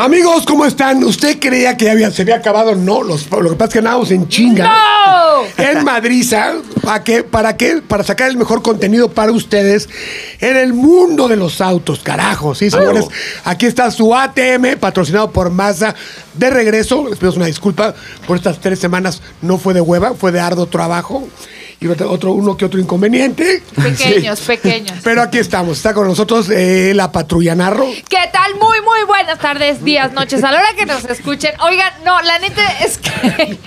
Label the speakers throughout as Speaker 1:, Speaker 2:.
Speaker 1: Amigos, ¿cómo están? ¿Usted creía que ya había- se había acabado? No, los- lo que pasa es que andábamos en chinga. En Madriza, ¿para qué? ¿Para qué? Para sacar el mejor contenido para ustedes en el mundo de los autos, carajo. Sí, señores. Aquí está su ATM, patrocinado por Mazda. De regreso, les pido una disculpa por estas tres semanas. No fue de hueva, fue de arduo trabajo. Y otro, uno que otro inconveniente.
Speaker 2: Pequeños,
Speaker 1: Sí.
Speaker 2: pequeños.
Speaker 1: Pero aquí estamos. Está con nosotros eh, la patrulla Narro.
Speaker 2: ¿Qué tal? Muy, muy buenas tardes, días, noches, a la hora que nos escuchen. Oigan, no, la neta es que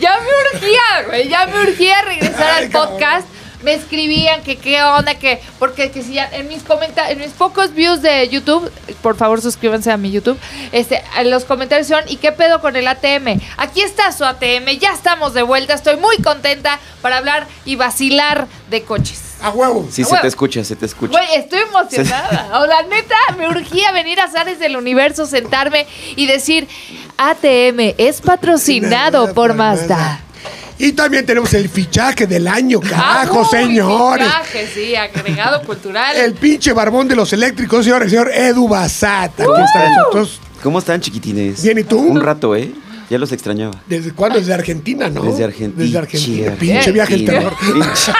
Speaker 2: ya me urgía, güey, ya me urgía regresar
Speaker 1: Ay,
Speaker 2: al
Speaker 1: cabrón.
Speaker 2: podcast. Me escribían que qué onda, que porque que si ya en mis comenta en mis pocos views de YouTube, por favor suscríbanse a mi YouTube. Este, en los comentarios son y qué pedo con el ATM. Aquí está su ATM, ya estamos de vuelta, estoy muy contenta para hablar y vacilar de coches.
Speaker 1: A huevo.
Speaker 3: Sí, se
Speaker 2: Ah, Bueno.
Speaker 3: te escucha, se te escucha.
Speaker 2: Güey, estoy emocionada. O la neta, me urgía venir a Zares del Universo, sentarme y decir, ATM es patrocinado por Mazda.
Speaker 1: Y también tenemos el fichaje del año, carajo,
Speaker 2: Ah, uy,
Speaker 1: señores.
Speaker 2: fichaje, sí, agregado cultural.
Speaker 1: El pinche barbón de los eléctricos, señor, el señor Edu Basat. Aquí
Speaker 2: ¡uh!
Speaker 1: está con nosotros.
Speaker 3: ¿Cómo están, chiquitines?
Speaker 1: Bien, ¿y tú?
Speaker 3: Un rato, ¿eh? Ya los extrañaba.
Speaker 1: ¿Desde cuándo? Desde Argentina, ¿no?
Speaker 3: Desde Argentina.
Speaker 1: Desde Argentina.
Speaker 3: Argentina.
Speaker 1: Pinche viaje el terror.
Speaker 3: Pinche-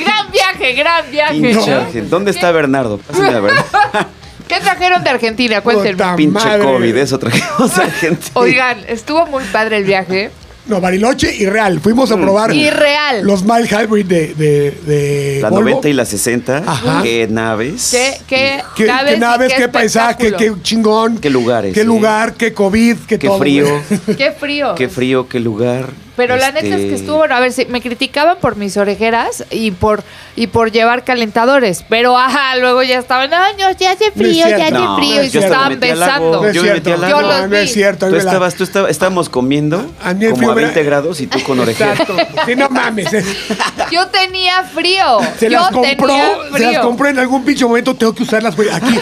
Speaker 2: Gran viaje, gran viaje.
Speaker 3: pinche
Speaker 2: ¿no?
Speaker 3: Argen- ¿Dónde está Bernardo? Pásame a Bernardo.
Speaker 2: ¿Qué trajeron de Argentina? Cuéntenme.
Speaker 1: Puta
Speaker 3: Pinche
Speaker 1: madre.
Speaker 3: COVID, eso trajimos a gente.
Speaker 2: Oigan, estuvo muy padre el viaje.
Speaker 1: No, Bariloche y Real. Fuimos
Speaker 3: Mm.
Speaker 1: a probar.
Speaker 2: Y Real.
Speaker 1: Los Mile Hybrid de. de, de
Speaker 3: La
Speaker 1: Volvo.
Speaker 3: 90 y la 60.
Speaker 1: Ajá.
Speaker 3: ¿Qué naves?
Speaker 2: ¿Qué, qué,
Speaker 1: Qué, qué naves, qué, paisaje, qué
Speaker 2: espectáculo.
Speaker 1: chingón.
Speaker 3: Qué lugares,
Speaker 1: Qué
Speaker 3: sí.
Speaker 1: lugar, qué COVID, qué,
Speaker 3: Qué
Speaker 1: todo,
Speaker 3: frío.
Speaker 1: güey.
Speaker 2: Qué frío.
Speaker 3: Qué frío, qué lugar.
Speaker 2: Pero la
Speaker 3: Este,
Speaker 2: neta es que estuvo, bueno, a ver, sí, me criticaban por mis orejeras y por y por llevar calentadores, pero ajá, luego ya estaban, ay, no, ya hace frío,
Speaker 1: cierto.
Speaker 2: ya hace
Speaker 1: No,
Speaker 2: frío,
Speaker 1: no
Speaker 2: y
Speaker 1: es
Speaker 2: se
Speaker 1: cierto.
Speaker 2: estaban
Speaker 3: Yo me metí al lago.
Speaker 2: besando.
Speaker 1: No es
Speaker 3: Yo me metí
Speaker 1: cierto.
Speaker 3: al lago.
Speaker 2: Yo los
Speaker 1: No, no es
Speaker 2: vi.
Speaker 1: cierto. ahí
Speaker 3: Tú
Speaker 1: me la-
Speaker 3: estabas, tú estabas, estábamos comiendo
Speaker 1: A mí el
Speaker 3: como
Speaker 1: frío
Speaker 3: a
Speaker 1: me-
Speaker 3: 20 grados y tú con orejeras.
Speaker 1: Exacto. Sí, no mames. eh.
Speaker 2: Yo tenía frío.
Speaker 1: Se
Speaker 2: yo
Speaker 1: las compró,
Speaker 2: tenía
Speaker 1: se las
Speaker 2: frío.
Speaker 1: compró en algún pinche momento, tengo que usarlas, güey, aquí.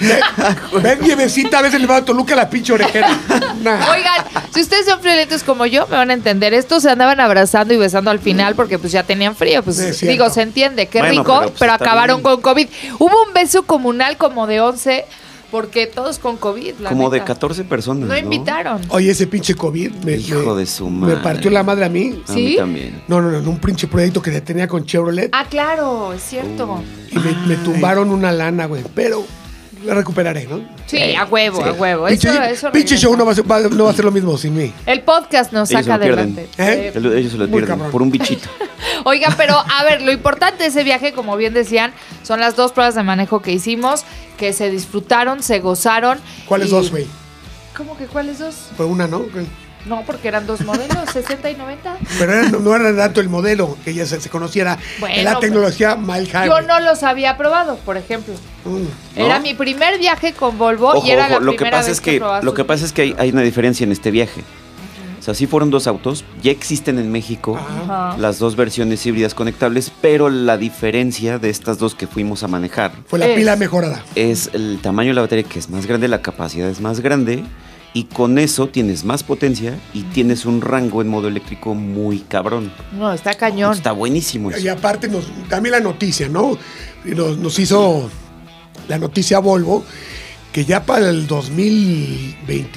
Speaker 1: Ven- Ven, nievecita, a veces le va a Toluca la pinche orejera. Nah.
Speaker 2: Oigan, si ustedes son friolentos como yo, me van a entender. Estos se andaban abrazando y besando al final porque pues ya tenían frío. Pues
Speaker 1: Es cierto.
Speaker 2: digo, se entiende, qué
Speaker 3: Bueno,
Speaker 2: rico,
Speaker 3: pero,
Speaker 2: pero,
Speaker 3: pues, está
Speaker 2: acabaron
Speaker 3: bien.
Speaker 2: con COVID. Hubo un beso comunal como de 11 porque todos con COVID. la
Speaker 3: Como de
Speaker 2: neta.
Speaker 3: 14 personas.
Speaker 2: No invitaron.
Speaker 1: Oye, ese pinche COVID me,
Speaker 3: Hijo
Speaker 1: me-
Speaker 3: de su madre.
Speaker 1: me partió la madre a mí.
Speaker 3: A
Speaker 2: ¿Sí?
Speaker 3: mí también.
Speaker 1: No, no, no, en un pinche proyecto que tenía con Chevrolet
Speaker 2: Ah, claro, es cierto.
Speaker 1: y me, me tumbaron una lana, güey, pero la recuperaré, ¿no?
Speaker 2: Sí, a huevo, a huevo.
Speaker 1: Eh, Pinche,
Speaker 2: eso, eso
Speaker 1: pinche
Speaker 2: regresa.
Speaker 1: show no va, a ser, va- no va a ser lo mismo sin mí.
Speaker 2: El podcast nos
Speaker 3: Ellos se
Speaker 2: saca
Speaker 3: lo pierden.
Speaker 2: adelante.
Speaker 1: ¿Eh?
Speaker 2: Sí.
Speaker 3: El- Ellos se lo
Speaker 1: Muy
Speaker 3: pierden
Speaker 1: cabrón.
Speaker 3: por un bichito.
Speaker 2: Oiga, pero a ver, lo importante de ese viaje, como bien decían, son las dos pruebas de manejo que hicimos, que se disfrutaron, se gozaron.
Speaker 1: ¿Cuáles
Speaker 2: y-
Speaker 1: dos, güey?
Speaker 2: ¿Cómo que cuáles dos?
Speaker 1: Fue una, ¿no?
Speaker 2: No, porque eran dos modelos, 60 y 90.
Speaker 1: Pero era- no, no era tanto el modelo que ya se, se conociera.
Speaker 2: Bueno,
Speaker 1: la
Speaker 2: pero-
Speaker 1: tecnología Mm. Mile High.
Speaker 2: Yo no los había probado, por ejemplo.
Speaker 3: ¿No?
Speaker 2: Era mi primer viaje con Volvo
Speaker 3: Ojo,
Speaker 2: y era
Speaker 3: ojo,
Speaker 2: la
Speaker 3: lo que
Speaker 2: primera
Speaker 3: pasa
Speaker 2: vez
Speaker 3: es que,
Speaker 2: probaba
Speaker 3: lo que
Speaker 2: sus-
Speaker 3: pasa es que hay, hay una diferencia en este viaje. O sea, sí fueron dos autos, ya existen en México
Speaker 2: Ajá.
Speaker 3: las dos versiones híbridas conectables, pero la diferencia de estas dos que fuimos a manejar
Speaker 1: Fue la
Speaker 2: Es.
Speaker 1: pila mejorada.
Speaker 3: es el tamaño de la batería que es más grande, la capacidad es más grande y con eso tienes más potencia y tienes un rango en modo eléctrico muy cabrón.
Speaker 2: No, está cañón.
Speaker 3: Está buenísimo
Speaker 1: Y
Speaker 3: eso.
Speaker 1: aparte, nos, también la noticia, ¿no? Y Nos, nos hizo la noticia Volvo que ya para el 2020,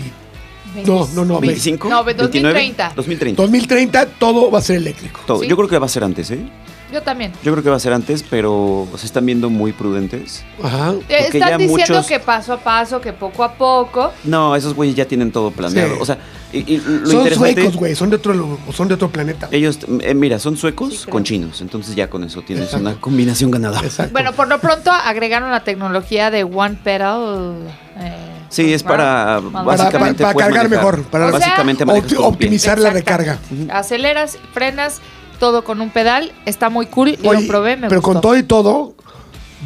Speaker 1: no, no, no,
Speaker 3: ¿25?
Speaker 2: No, ve-
Speaker 3: 29,
Speaker 2: 2030.
Speaker 3: 2030.
Speaker 1: 2030 todo va a ser eléctrico.
Speaker 3: Todo.
Speaker 2: Sí.
Speaker 3: Yo creo que va a ser antes, ¿eh?
Speaker 2: Yo también.
Speaker 3: Yo creo que va a ser antes, pero se están viendo muy prudentes.
Speaker 1: Ajá.
Speaker 2: Eh,
Speaker 3: Porque
Speaker 2: Están
Speaker 3: ya
Speaker 2: diciendo
Speaker 3: muchos-
Speaker 2: que paso a paso, que poco a poco.
Speaker 3: No, esos güeyes ya tienen todo planeado.
Speaker 1: Sí.
Speaker 3: O sea, y- y lo
Speaker 1: son
Speaker 3: interesante.
Speaker 1: suecos, güey, son de otro lu- son de otro planeta.
Speaker 3: Ellos, eh, mira, son suecos
Speaker 2: Sí, creo.
Speaker 3: con chinos. Entonces ya con eso tienes
Speaker 1: Exacto.
Speaker 3: una combinación ganadora.
Speaker 1: Exacto.
Speaker 2: Bueno, por lo pronto agregaron la tecnología de One Pedal. eh,
Speaker 3: Sí, es para
Speaker 2: Para-
Speaker 3: básicamente
Speaker 1: para
Speaker 3: puedes
Speaker 1: cargar
Speaker 3: manejar.
Speaker 1: mejor, para-
Speaker 2: O sea,
Speaker 3: básicamente
Speaker 1: Opti-
Speaker 3: manejas con un pie.
Speaker 1: optimizar la
Speaker 2: Exacta.
Speaker 1: recarga.
Speaker 2: Aceleras, frenas, todo con un pedal. Está muy cool.
Speaker 1: Oye,
Speaker 2: lo probé, me
Speaker 1: pero
Speaker 2: gustó.
Speaker 1: con todo y todo,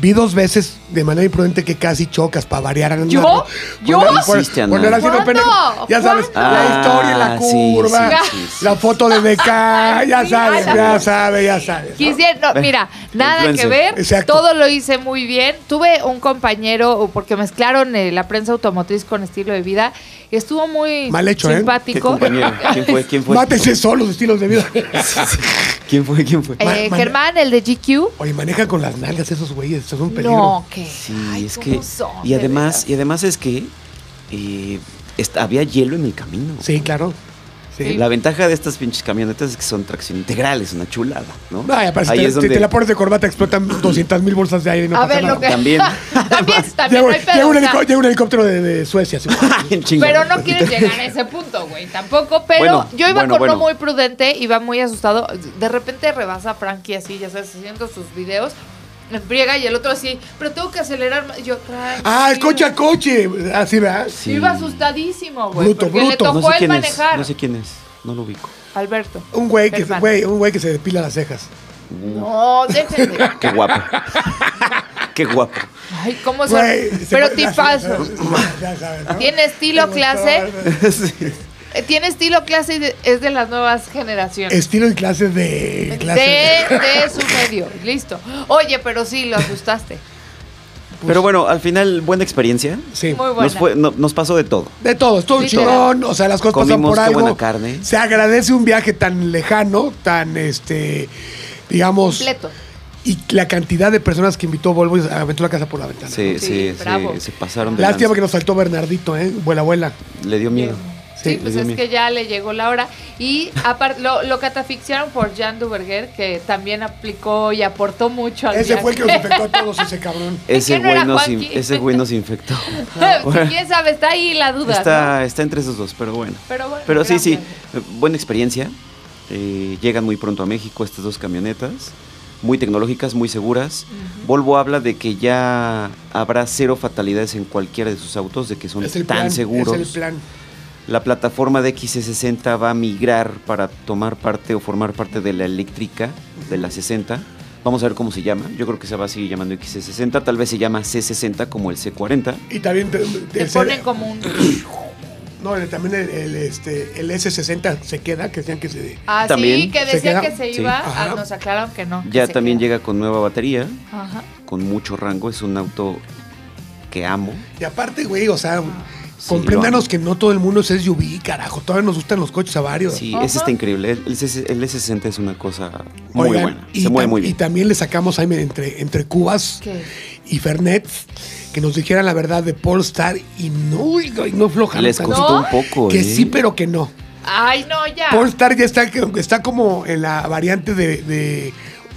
Speaker 1: vi dos veces de manera imprudente que casi chocas para variar. Ana.
Speaker 2: ¿Yo?
Speaker 1: Por-
Speaker 2: ¿Yo?
Speaker 1: por-
Speaker 3: Hiciste, este, Ana.
Speaker 1: por andar haciendo
Speaker 2: ¿Cuándo?
Speaker 1: pena- Ya sabes,
Speaker 2: ¿Cuándo?
Speaker 1: la historia, la
Speaker 3: Ah, sí,
Speaker 1: curva,
Speaker 3: sí, sí, sí.
Speaker 1: la foto de Beca, ya
Speaker 2: Sí,
Speaker 1: sabes,
Speaker 2: ay,
Speaker 1: ya
Speaker 2: no.
Speaker 1: sabes, ya sabes. ¿no?
Speaker 2: Quisiera, no,
Speaker 3: Ve,
Speaker 2: mira, nada que
Speaker 3: influencer.
Speaker 2: ver,
Speaker 1: Exacto.
Speaker 2: todo lo hice muy bien. Tuve un compañero, o porque mezclaron eh, la prensa automotriz con estilo de vida, y estuvo muy
Speaker 1: Mal hecho, ¿eh?
Speaker 3: ¿Qué
Speaker 2: simpático.
Speaker 3: compañero? ¿Quién fue? ¿Quién fue?
Speaker 1: Pues, Mátense solos estilos de vida.
Speaker 3: ¿Quién fue? ¿Quién fue?
Speaker 2: Eh,
Speaker 1: Ma- ma-
Speaker 2: Germán, el de GQ.
Speaker 1: Oye, maneja con las nalgas esos güeyes, eso es un peligro.
Speaker 2: No, que.
Speaker 3: Sí,
Speaker 2: ay,
Speaker 3: es
Speaker 2: ¿cómo
Speaker 3: que.
Speaker 2: son,
Speaker 3: Y
Speaker 2: de
Speaker 3: además,
Speaker 2: veras?
Speaker 3: y además es que eh, est- había hielo en el camino.
Speaker 1: Sí, claro. Sí.
Speaker 3: La ventaja de estas pinches camionetas es que son tracción integral, es una chulada, ¿no?
Speaker 1: No, y aparte, si
Speaker 3: Ahí
Speaker 1: te,
Speaker 3: es
Speaker 1: si
Speaker 3: donde
Speaker 1: te la pones de corbata, explotan 200 mil bolsas de aire. y No
Speaker 2: a
Speaker 1: pasa
Speaker 2: ver,
Speaker 1: nada.
Speaker 2: lo que.
Speaker 3: También.
Speaker 2: también,
Speaker 1: Llega,
Speaker 2: también no hay pedo,
Speaker 1: llega un
Speaker 2: o sea,
Speaker 1: helicó- llega un helicóptero de, de Suecia. así.
Speaker 3: En chinga.
Speaker 2: Pero no quieres llegar a ese punto, güey, tampoco. Pero
Speaker 3: Bueno,
Speaker 2: yo iba
Speaker 3: bueno,
Speaker 2: con
Speaker 3: bueno.
Speaker 2: uno muy prudente, iba muy asustado. De repente rebasa a Frankie así, ya sabes, haciendo sus videos. Embriaga y el otro así, pero tengo que acelerar. más". Yo,
Speaker 1: ah, es
Speaker 2: tranquilo.
Speaker 1: coche a coche. Así, ¿verdad?
Speaker 3: Sí.
Speaker 2: Iba asustadísimo, güey.
Speaker 1: Bruto,
Speaker 2: porque le
Speaker 1: bruto.
Speaker 2: tocó
Speaker 3: No sé
Speaker 2: el
Speaker 3: quién es.
Speaker 2: manejar.
Speaker 3: No sé quién es. No lo ubico.
Speaker 2: Alberto.
Speaker 1: Un güey que,
Speaker 2: Germán.
Speaker 1: güey, un güey que se depila las cejas.
Speaker 2: No, déjenme.
Speaker 3: Qué guapo. Qué guapo.
Speaker 1: Pues
Speaker 2: Ay, cómo son.
Speaker 1: Güey, se
Speaker 2: Pero
Speaker 1: fue-
Speaker 2: tipazo.
Speaker 1: Ya sabes, ¿no?
Speaker 2: Tiene estilo,
Speaker 1: Qué
Speaker 2: clase.
Speaker 1: bonito.
Speaker 3: Sí.
Speaker 2: eh, Tiene estilo, clase y de- es de las nuevas generaciones.
Speaker 1: Estilo y clase de.
Speaker 2: De,
Speaker 1: Clase
Speaker 2: de su medio. Listo. Oye, pero sí, lo asustaste.
Speaker 3: Pero bueno, al final, buena experiencia.
Speaker 1: Sí.
Speaker 2: Muy buena.
Speaker 3: Nos, fue- no- nos pasó de todo.
Speaker 1: De todo, estuvo
Speaker 2: Literal.
Speaker 1: chingón, o sea, las cosas pasan
Speaker 3: Comimos,
Speaker 1: por
Speaker 3: qué
Speaker 1: algo.
Speaker 3: buena carne.
Speaker 1: Se agradece un viaje tan lejano, tan este, digamos,
Speaker 2: Completo.
Speaker 1: y la cantidad de personas que invitó Volvo y aventó la casa por la ventana.
Speaker 3: Sí,
Speaker 2: Sí,
Speaker 3: sí,
Speaker 2: bravo.
Speaker 3: sí. Se pasaron de
Speaker 1: Lástima que
Speaker 3: lanza.
Speaker 1: nos faltó Bernardito, eh, abuela abuela.
Speaker 3: Le dio miedo.
Speaker 2: Sí,
Speaker 3: Le
Speaker 2: pues
Speaker 3: dio
Speaker 2: es
Speaker 3: miedo.
Speaker 2: que ya le llegó la hora. Y aparte lo, lo catafixiaron por Jan Duverger, que también aplicó y aportó mucho al
Speaker 1: Ese fue el que nos
Speaker 2: viaje.
Speaker 1: infectó a todos ese cabrón.
Speaker 3: Ese
Speaker 2: ¿Quién no era
Speaker 3: güey, nos, in-
Speaker 2: Juanqui?
Speaker 3: ese güey nos infectó.
Speaker 2: ¿Quién sabe? Está ahí la duda. ¿no?
Speaker 3: Está, está entre esos dos, pero bueno.
Speaker 2: Pero bueno,
Speaker 3: sí, sí,
Speaker 2: gracias.
Speaker 3: eh, buena experiencia. Eh, llegan muy pronto a México estas dos camionetas, muy tecnológicas, muy seguras. Volvo habla de que ya habrá cero fatalidades en cualquiera de sus autos, de que son
Speaker 1: Es el
Speaker 3: tan
Speaker 1: plan,
Speaker 3: seguros.
Speaker 1: Es el plan.
Speaker 3: La plataforma de XC60 va a migrar para tomar parte o formar parte de la eléctrica de la 60. Vamos a ver cómo se llama. Yo creo que se va a seguir llamando XC60. Tal vez se llama C60 como el C40.
Speaker 1: Y también te,
Speaker 2: Te
Speaker 1: el-
Speaker 2: ponen como un.
Speaker 1: No, el- también el, el, este, el S60 se queda, que decían que se.
Speaker 2: Ah, sí,
Speaker 3: También.
Speaker 2: que
Speaker 1: Se queda-
Speaker 2: decía que se
Speaker 3: sí.
Speaker 2: iba.
Speaker 1: Ajá.
Speaker 2: ah, nos aclararon que no. que
Speaker 3: Ya
Speaker 2: se
Speaker 3: también
Speaker 2: queda.
Speaker 3: llega con nueva batería.
Speaker 2: Ajá.
Speaker 3: con mucho rango, es un auto que amo.
Speaker 1: Y aparte, güey, o sea,
Speaker 3: Sí,
Speaker 1: compréndanos
Speaker 3: lo
Speaker 1: que no todo el mundo es SUV, carajo. Todavía nos gustan los coches a varios.
Speaker 3: Sí,
Speaker 2: Ajá.
Speaker 3: ese está increíble. El, el S- el S60 es una cosa muy
Speaker 1: Oigan,
Speaker 3: buena.
Speaker 1: y
Speaker 3: Se mueve
Speaker 1: tam-
Speaker 3: muy
Speaker 1: Y
Speaker 3: bien.
Speaker 1: también le sacamos a Jaime, entre, entre Cubas
Speaker 2: ¿Qué?
Speaker 1: y Fernet que nos dijeran la verdad de Polestar y no, y no- y no aflojaron
Speaker 3: Les
Speaker 1: tanto.
Speaker 3: costó
Speaker 2: ¿No?
Speaker 3: un poco.
Speaker 1: Que
Speaker 3: ¿eh?
Speaker 1: sí, pero que no.
Speaker 2: Ay, no, ya.
Speaker 1: Polestar ya está, está como en la variante de, de,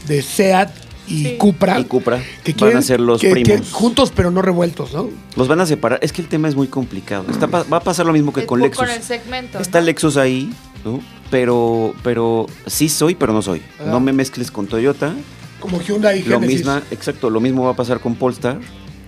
Speaker 1: de Seat y
Speaker 2: Sí.
Speaker 1: Cupra.
Speaker 3: Y Cupra.
Speaker 1: Que
Speaker 3: Van
Speaker 1: quieren-
Speaker 3: a ser los
Speaker 1: que- que
Speaker 3: primos.
Speaker 1: juntos, pero no revueltos, ¿no?
Speaker 3: Los van a separar. Es que el tema es muy complicado. Está pa- va a pasar lo mismo que
Speaker 2: Es
Speaker 3: con
Speaker 2: como
Speaker 3: Lexus.
Speaker 2: el segmento.
Speaker 3: Está
Speaker 2: ¿no?
Speaker 3: Lexus ahí, ¿no? Pero, pero sí soy, pero no soy. No me mezcles con Toyota.
Speaker 1: Como Hyundai Ah. y
Speaker 3: Lo
Speaker 1: Genesis.
Speaker 3: misma, exacto, lo mismo va a pasar con Polestar,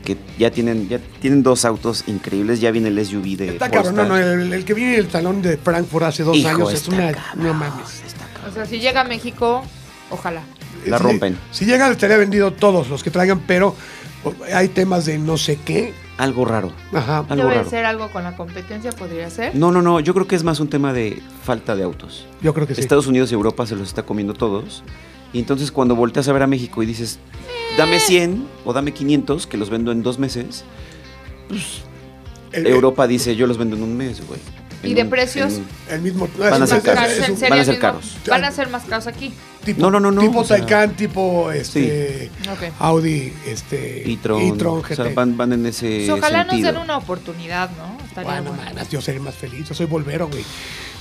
Speaker 3: que ya tienen, ya tienen dos autos increíbles. Ya viene el SUV de
Speaker 1: Está
Speaker 3: Polestar.
Speaker 1: cabrón, no, no, el, el que vive en el salón de Frankfurt hace dos
Speaker 3: Hijo,
Speaker 1: años es
Speaker 3: está
Speaker 1: una...
Speaker 3: cabrón,
Speaker 1: No mames.
Speaker 3: está cabrón.
Speaker 2: O sea, si llega a México, ojalá.
Speaker 3: La
Speaker 1: Si-
Speaker 3: rompen.
Speaker 1: Si, llega, estaría vendido todos los que traigan, pero hay temas de no sé qué.
Speaker 3: Algo raro.
Speaker 1: Ajá.
Speaker 3: Algo
Speaker 2: Debe
Speaker 3: raro.
Speaker 2: ser algo con la competencia, podría ser.
Speaker 3: No, no, no. Yo creo que es más un tema de falta de autos.
Speaker 1: Yo creo que sí.
Speaker 3: Estados Unidos y Europa se los está comiendo todos. Y entonces cuando volteas a ver a México y dices,
Speaker 2: Eh.
Speaker 3: dame 100 o dame 500, que los vendo en dos meses,
Speaker 1: El- eh,
Speaker 3: Europa dice, yo los vendo en un mes, güey.
Speaker 2: ¿Y
Speaker 3: En
Speaker 2: de
Speaker 3: un-
Speaker 2: precios?
Speaker 3: en-
Speaker 1: El mismo.
Speaker 3: Van a
Speaker 1: es un-
Speaker 3: ser caros.
Speaker 1: es un-
Speaker 2: ¿En serio
Speaker 3: Van a ser
Speaker 2: mismo?
Speaker 3: caros.
Speaker 2: Van a ser más caros aquí.
Speaker 1: tipo,
Speaker 3: No, no, no, no,
Speaker 1: Tipo
Speaker 3: o sea,
Speaker 1: Taycan, tipo este,
Speaker 2: Sí.
Speaker 3: Ah,
Speaker 2: Ok. Pues
Speaker 1: Audi, este,
Speaker 3: e-tron,
Speaker 1: e-tron
Speaker 3: o sea,
Speaker 1: GT.
Speaker 3: van, van en ese
Speaker 2: Pues ojalá
Speaker 3: sentido.
Speaker 2: nos den una oportunidad, ¿no? Estaría
Speaker 1: Bueno,
Speaker 2: bueno.
Speaker 1: manas, yo seré más feliz, yo soy volvero, güey.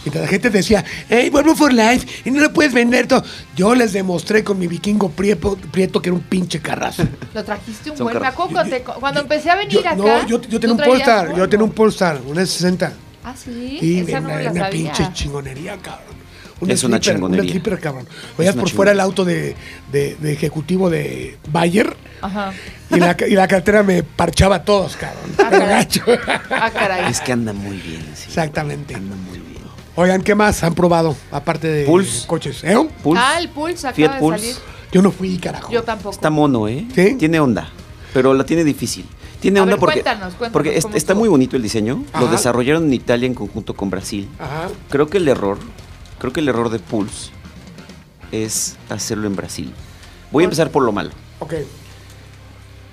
Speaker 1: Mientras la gente decía, hey, vuelvo for life, y no lo puedes vender todo. Yo les demostré con mi vikingo priepo- prieto que era un pinche carrazo.
Speaker 2: Lo trajiste un
Speaker 3: Son
Speaker 2: buen. Me
Speaker 3: caros.
Speaker 2: acuerdo cuando, te- cuando empecé a venir
Speaker 1: Yo,
Speaker 2: acá.
Speaker 1: no, yo, yo
Speaker 2: tú
Speaker 1: tenía un
Speaker 2: traías
Speaker 1: Polestar, yo
Speaker 2: Volvo.
Speaker 1: tenía un Polestar, un S60.
Speaker 2: Ah, sí.
Speaker 1: Y
Speaker 2: Esa
Speaker 1: una,
Speaker 2: no me la
Speaker 1: una
Speaker 2: sabía.
Speaker 1: pinche chingonería, cabrón. Un
Speaker 3: Es una
Speaker 1: sleeper,
Speaker 3: chingonería.
Speaker 1: Un sleeper, cabrón. Veías
Speaker 3: una
Speaker 1: por fuera el
Speaker 3: chingonería.
Speaker 1: auto de, de- de ejecutivo de Bayer
Speaker 2: Ajá.
Speaker 1: y la, y la cartera me parchaba a todos, cabrón.
Speaker 2: Ah,
Speaker 1: Pero
Speaker 2: caray.
Speaker 1: gacho.
Speaker 2: Ah, caray.
Speaker 3: Es que anda muy bien. sí.
Speaker 1: Exactamente.
Speaker 3: Anda muy bien.
Speaker 1: Oigan, ¿qué más han probado? Aparte de
Speaker 3: Pulse.
Speaker 1: coches. ¿Eh?
Speaker 3: Pulse.
Speaker 2: Ah, el Pulse acaba
Speaker 3: Fiat
Speaker 2: de
Speaker 3: Pulse.
Speaker 2: salir.
Speaker 1: Yo no fui, carajo.
Speaker 2: Yo tampoco.
Speaker 3: Está mono, ¿eh?
Speaker 1: Sí.
Speaker 3: Tiene onda, pero la tiene difícil. Tiene
Speaker 2: A
Speaker 3: onda
Speaker 2: ver,
Speaker 3: porque,
Speaker 2: cuéntanos, cuéntanos
Speaker 3: porque es-
Speaker 2: cómo
Speaker 3: está
Speaker 2: estuvo.
Speaker 3: muy bonito el diseño. Lo
Speaker 1: Ajá. Ah.
Speaker 3: desarrollaron en Italia en conjunto con Brasil.
Speaker 1: Ajá.
Speaker 3: Creo que el error, creo que el error de Pulse es hacerlo en Brasil. Voy a empezar por lo malo.
Speaker 1: Ok.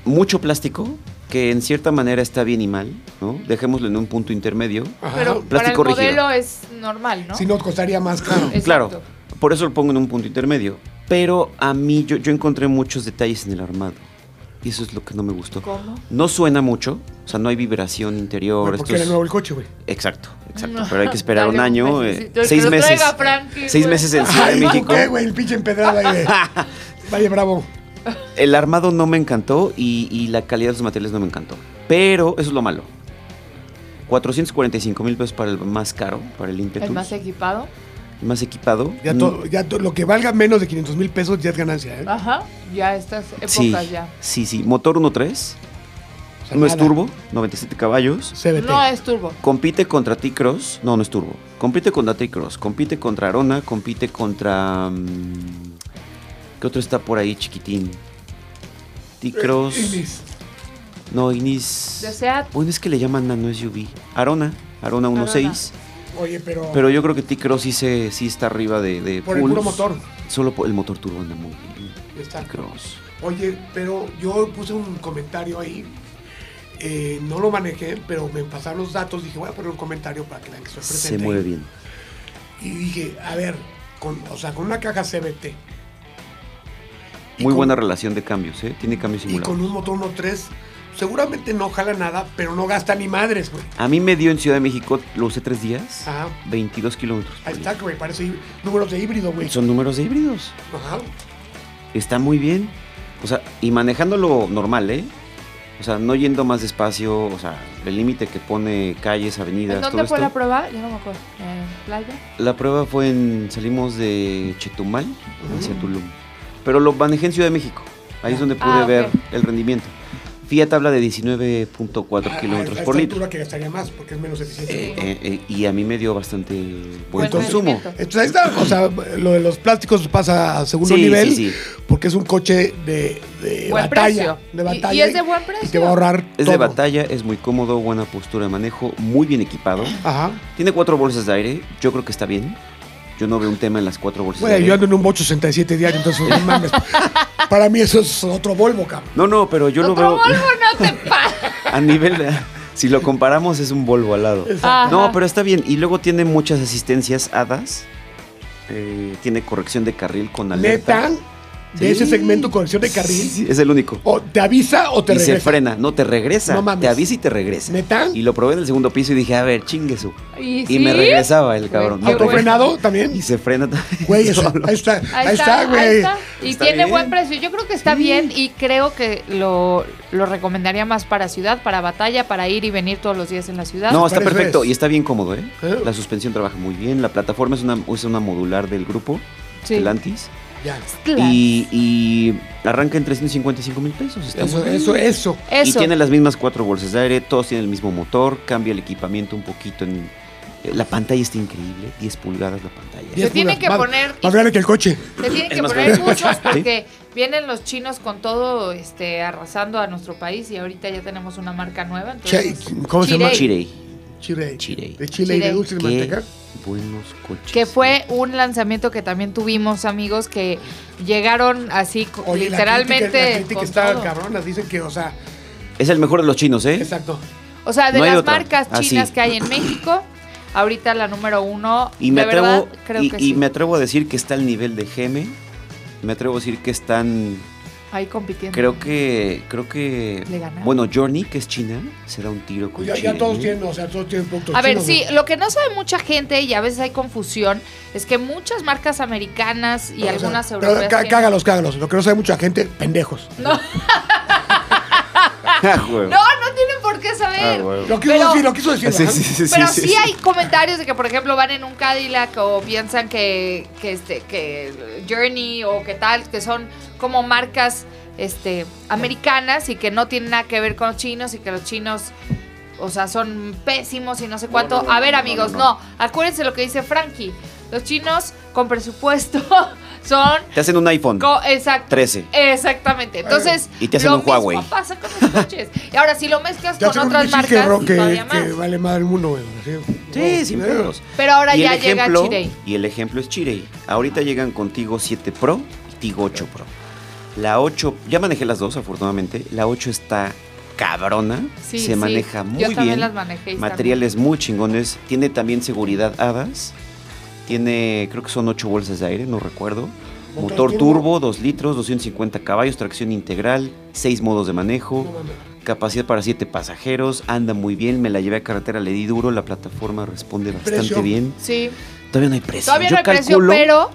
Speaker 3: Mucho plástico, que en cierta manera está bien y mal, ¿no? Dejémoslo en un punto intermedio.
Speaker 1: Ajá.
Speaker 2: Pero para el
Speaker 3: Plástico rígido.
Speaker 2: modelo es normal, ¿no?
Speaker 1: Si no, costaría más caro.
Speaker 2: Es-
Speaker 3: Claro,
Speaker 2: Exacto.
Speaker 3: por eso lo pongo en un punto intermedio. Pero a mí yo, yo encontré muchos detalles en el armado. Y eso es lo que no me gustó.
Speaker 2: ¿Cómo?
Speaker 3: No suena mucho, o sea, no hay vibración interior.
Speaker 1: Bueno,
Speaker 3: esto
Speaker 1: porque era
Speaker 3: es-
Speaker 1: nuevo el coche, güey.
Speaker 3: Exacto, exacto.
Speaker 2: No,
Speaker 3: Pero hay que esperar
Speaker 2: dale
Speaker 3: un año,
Speaker 2: un
Speaker 3: eh,
Speaker 2: mesecito, que
Speaker 3: seis
Speaker 2: lo
Speaker 3: meses.
Speaker 2: traiga Frankie, güey.
Speaker 3: seis meses en Ciudad de
Speaker 1: Ay, ¿por
Speaker 3: México.
Speaker 1: qué, güey? El pinche empedrado ahí de... Valle Bravo.
Speaker 3: El armado no me encantó y, y la calidad de los materiales no me encantó. Pero eso es lo malo. 445 mil pesos para el más caro, para el Impetus.
Speaker 2: El más equipado.
Speaker 3: el más equipado.
Speaker 1: Ya
Speaker 3: Mm,
Speaker 1: todo, ya to- lo que valga menos de 500 mil pesos ya es ganancia, ¿eh?
Speaker 2: Ajá. Ya estas épocas
Speaker 3: Sí,
Speaker 2: ya.
Speaker 3: sí, sí. Motor 1.3.
Speaker 1: O sea,
Speaker 3: No es
Speaker 1: nada.
Speaker 3: turbo, 97 caballos.
Speaker 1: CBT.
Speaker 2: No es turbo.
Speaker 3: Compite contra T-Cross. No, no es turbo. Compite contra T-Cross. Compite contra Arona. Compite contra. mm, ¿Qué otro está por ahí, chiquitín? T-Cross.
Speaker 1: Eh, Ignis.
Speaker 3: No, Ignis.
Speaker 2: De Seat.
Speaker 3: Bueno, es que le llaman nano SUV. Arona. Arona 1.6.
Speaker 1: Oye, pero...
Speaker 3: Pero yo creo que T-Cross sí, se- sí está arriba de. de
Speaker 1: Por el
Speaker 3: Pulse.
Speaker 1: puro motor.
Speaker 3: Solo por el motor turbo anda muy bien.
Speaker 1: Está.
Speaker 3: T-Cross.
Speaker 1: Oye, pero yo puse un comentario ahí. eh, no lo manejé, pero me pasaron los datos. Dije, voy a poner un comentario para que vean que estoy presente.
Speaker 3: Se
Speaker 1: ahí.
Speaker 3: mueve bien.
Speaker 1: Y dije, a ver, con, o sea, con una caja CBT. y
Speaker 3: Muy
Speaker 1: con-
Speaker 3: buena relación de cambios, ¿eh? Tiene cambios
Speaker 1: Y
Speaker 3: simulados.
Speaker 1: con un motor 1.3, seguramente no jala nada, pero no gasta ni madres, güey.
Speaker 3: A mí me dio en Ciudad de México, lo usé tres días,
Speaker 1: Ajá.
Speaker 3: 22 kilómetros. por
Speaker 1: Ah. Ahí
Speaker 3: litro.
Speaker 1: está, güey, parece hí- números de híbrido, güey.
Speaker 3: Son números de híbridos.
Speaker 1: Ajá.
Speaker 3: Está muy bien. O sea, y manejándolo normal, ¿eh? O sea, no yendo más despacio, o sea, el límite que pone calles, avenidas,
Speaker 2: ¿En
Speaker 3: todo
Speaker 2: dónde
Speaker 3: esto.
Speaker 2: fue la prueba? Ya no me acuerdo. ¿En playa?
Speaker 3: La prueba fue en. Salimos de Chetumal hacia Tulum. Pero lo manejé en Ciudad de México. Ahí es donde pude
Speaker 2: Ah, ok.
Speaker 3: ver el rendimiento. Fiat habla de 19.4
Speaker 1: A-
Speaker 3: kilómetros
Speaker 1: a- a
Speaker 3: por
Speaker 1: esta
Speaker 3: litro.
Speaker 1: altura que gastaría más porque es menos eficiente.
Speaker 3: Eh, eh, eh, y a mí me dio bastante buen
Speaker 2: Buen
Speaker 3: consumo.
Speaker 2: rendimiento.
Speaker 1: Entonces ahí está, o sea, lo de los plásticos pasa a segundo
Speaker 3: Sí,
Speaker 1: nivel
Speaker 3: sí, sí.
Speaker 1: porque es un coche de, de
Speaker 2: Buen
Speaker 1: batalla.
Speaker 2: precio.
Speaker 1: De
Speaker 2: Y-
Speaker 1: batalla
Speaker 2: y es de buen
Speaker 1: Y te
Speaker 2: precio.
Speaker 1: va a ahorrar.
Speaker 3: Es
Speaker 1: todo.
Speaker 3: de batalla, es muy cómodo, buena postura de manejo, muy bien equipado.
Speaker 1: Ajá.
Speaker 3: Tiene cuatro bolsas de aire, yo creo que está bien. Yo no veo un tema en las cuatro bolsas
Speaker 1: Güey,
Speaker 3: de
Speaker 1: yo
Speaker 3: aire.
Speaker 1: ando en un Bocho 67 diario, entonces no mames. Para mí eso es otro Volvo, cabrón.
Speaker 3: No, no, pero yo lo
Speaker 2: Otro
Speaker 3: veo
Speaker 2: Volvo no te pasa.
Speaker 3: a nivel de- Si lo comparamos es un Volvo al lado.
Speaker 2: Ajá.
Speaker 3: No, pero está bien. Y luego tiene muchas asistencias hadas. Eh, tiene corrección de carril con alerta.
Speaker 1: Neta, de ese
Speaker 3: Sí.
Speaker 1: segmento corrección de
Speaker 3: Sí,
Speaker 1: carril,
Speaker 3: sí, es el único.
Speaker 1: o te avisa o te
Speaker 3: y
Speaker 1: regresa.
Speaker 3: se frena, no te regresa.
Speaker 1: No mames.
Speaker 3: Te avisa y te regresa.
Speaker 1: ¿Neta?
Speaker 3: Y lo probé en el segundo piso y dije, a ver, chingue su.
Speaker 2: Y,
Speaker 3: Y me
Speaker 2: sí,
Speaker 3: regresaba el cabrón.
Speaker 2: Güey,
Speaker 3: No,
Speaker 2: qué
Speaker 3: regresa.
Speaker 1: Autofrenado también.
Speaker 3: Y se frena también.
Speaker 1: Güey, eso-
Speaker 3: solo.
Speaker 1: ahí está,
Speaker 2: Ahí,
Speaker 1: ahí está,
Speaker 2: ahí
Speaker 1: güey.
Speaker 2: está. Y
Speaker 3: Está
Speaker 2: tiene
Speaker 3: bien.
Speaker 2: buen precio. Yo creo que está bien y creo que lo, lo recomendaría más para ciudad, para batalla, para ir y venir todos los días en la ciudad.
Speaker 3: No, está
Speaker 1: ¿Cuáles
Speaker 3: perfecto
Speaker 1: ves?
Speaker 3: y está bien cómodo, ¿eh?
Speaker 1: ¿Eh?
Speaker 3: La suspensión trabaja muy bien, la plataforma es una, es una modular del grupo,
Speaker 2: Sí.
Speaker 3: Stellantis,
Speaker 1: Ya.
Speaker 2: Claro.
Speaker 3: y, y arranca en 355 mil pesos. está muy
Speaker 1: Eso,
Speaker 3: bien.
Speaker 1: eso, eso.
Speaker 3: Y
Speaker 2: Eso.
Speaker 3: tiene las mismas cuatro bolsas de aire, todos tienen el mismo motor, cambia el equipamiento un poquito. En, eh, la pantalla está increíble, 10 pulgadas la pantalla.
Speaker 2: Se tiene que poner-
Speaker 1: Más grande que el coche.
Speaker 2: Se tienen
Speaker 3: Es
Speaker 2: que
Speaker 3: más
Speaker 2: poner
Speaker 3: grande.
Speaker 2: muchos
Speaker 3: Sí.
Speaker 2: porque vienen los chinos con todo este arrasando a nuestro país y ahorita ya tenemos una marca nueva. Entonces,
Speaker 1: Che- ¿cómo se llama?
Speaker 2: Chirey,
Speaker 3: Chirey,
Speaker 1: Chile.
Speaker 3: Chile.
Speaker 1: De Chile y de
Speaker 2: Pues, Chile.
Speaker 1: dulce de
Speaker 3: qué
Speaker 1: manteca.
Speaker 3: buenos coches.
Speaker 2: Que fue un lanzamiento que también tuvimos, amigos, que llegaron así co-
Speaker 1: Oye, la
Speaker 2: literalmente.
Speaker 1: crítica- La crítica
Speaker 2: con
Speaker 1: está
Speaker 2: todo.
Speaker 1: cabronas. Dicen que, o sea,
Speaker 3: Es el mejor de los chinos, ¿eh?
Speaker 1: exacto.
Speaker 2: O sea, de
Speaker 3: No hay
Speaker 2: las
Speaker 3: otra. Ah,
Speaker 2: marcas
Speaker 3: Así.
Speaker 2: chinas que hay en México, ahorita la número uno,
Speaker 3: Y me,
Speaker 2: de
Speaker 3: atrevo,
Speaker 2: verdad, creo
Speaker 3: y,
Speaker 2: que
Speaker 3: y
Speaker 2: sí.
Speaker 3: me atrevo a decir que está al nivel de GM. Me atrevo a decir que están
Speaker 2: Ahí compitiendo.
Speaker 3: Creo que, creo que,
Speaker 2: Le ganaron.
Speaker 3: bueno, Journey, que es china, se da un tiro con
Speaker 1: Ya,
Speaker 3: China, ¿eh?
Speaker 1: ya todos
Speaker 3: ¿no?
Speaker 1: tienen, o sea, todos tienen productos
Speaker 2: A ver,
Speaker 1: chinos,
Speaker 2: sí,
Speaker 1: güey.
Speaker 2: lo que no sabe mucha gente y a veces hay confusión es que muchas marcas americanas y
Speaker 1: O sea,
Speaker 2: algunas
Speaker 1: pero
Speaker 2: europeas.
Speaker 1: cá-
Speaker 2: tienen-
Speaker 1: cágalos, cágalos. Lo que no sabe mucha gente, pendejos.
Speaker 3: Ah, güey.
Speaker 2: No, no tienen por que saber.
Speaker 3: Ah, bueno.
Speaker 1: Lo quiso
Speaker 2: Pero-
Speaker 1: decir, lo quiso decir.
Speaker 3: Sí,
Speaker 1: ajá.
Speaker 3: sí, sí, sí,
Speaker 2: Pero
Speaker 3: sí,
Speaker 2: sí,
Speaker 3: sí.
Speaker 2: hay comentarios de que, por ejemplo, van en un Cadillac o piensan que, que, este, que Journey o que tal, que son como marcas este, americanas y que no tienen nada que ver con los chinos y que los chinos, o sea, son pésimos y no sé cuánto.
Speaker 3: no, no,
Speaker 2: A ver,
Speaker 3: no,
Speaker 2: amigos,
Speaker 3: no,
Speaker 2: no,
Speaker 3: no.
Speaker 2: Acuérdense lo que dice Frankie. Los chinos con presupuesto son...
Speaker 3: Te hacen un iPhone.
Speaker 2: co- exacto.
Speaker 3: 13.
Speaker 2: Exactamente. Entonces,
Speaker 3: Y te hacen
Speaker 2: lo
Speaker 3: un
Speaker 2: mismo
Speaker 3: Huawei.
Speaker 2: pasa con los coches. Y ahora, si lo mezclas
Speaker 1: Ya
Speaker 2: con
Speaker 1: tengo
Speaker 2: otras
Speaker 1: un bichis que,
Speaker 2: marcas,
Speaker 1: ro- que,
Speaker 2: todavía
Speaker 1: que
Speaker 2: más.
Speaker 1: vale madre el mundo. güey, así.
Speaker 3: Sí, sin
Speaker 1: Eh,
Speaker 3: pedos.
Speaker 2: Pero ahora
Speaker 3: Y
Speaker 2: ya
Speaker 3: el ejemplo-
Speaker 2: llega Chirey.
Speaker 3: Y el ejemplo es Chirey. Ahorita llegan con Tigo 7 Pro y Tigo 8 Pro. La 8, ya manejé las dos afortunadamente. La 8 está cabrona,
Speaker 2: Sí,
Speaker 3: se
Speaker 2: sí.
Speaker 3: maneja muy
Speaker 2: Yo
Speaker 3: bien.
Speaker 2: también las manejé y están
Speaker 3: materiales muy chingones, tiene también seguridad HADAS. Tiene, creo que son 8 bolsas de aire, no recuerdo.
Speaker 1: Motor
Speaker 3: Motor turbo, 2 litros, 250 caballos, tracción integral, 6 modos de manejo, capacidad para 7 pasajeros, anda muy bien, me la llevé a carretera, le di duro, la plataforma responde bastante
Speaker 1: Precio.
Speaker 3: bien.
Speaker 2: Sí.
Speaker 3: Todavía no hay precio.
Speaker 2: Todavía
Speaker 3: Yo
Speaker 2: no hay precio,
Speaker 3: calculo-
Speaker 2: pero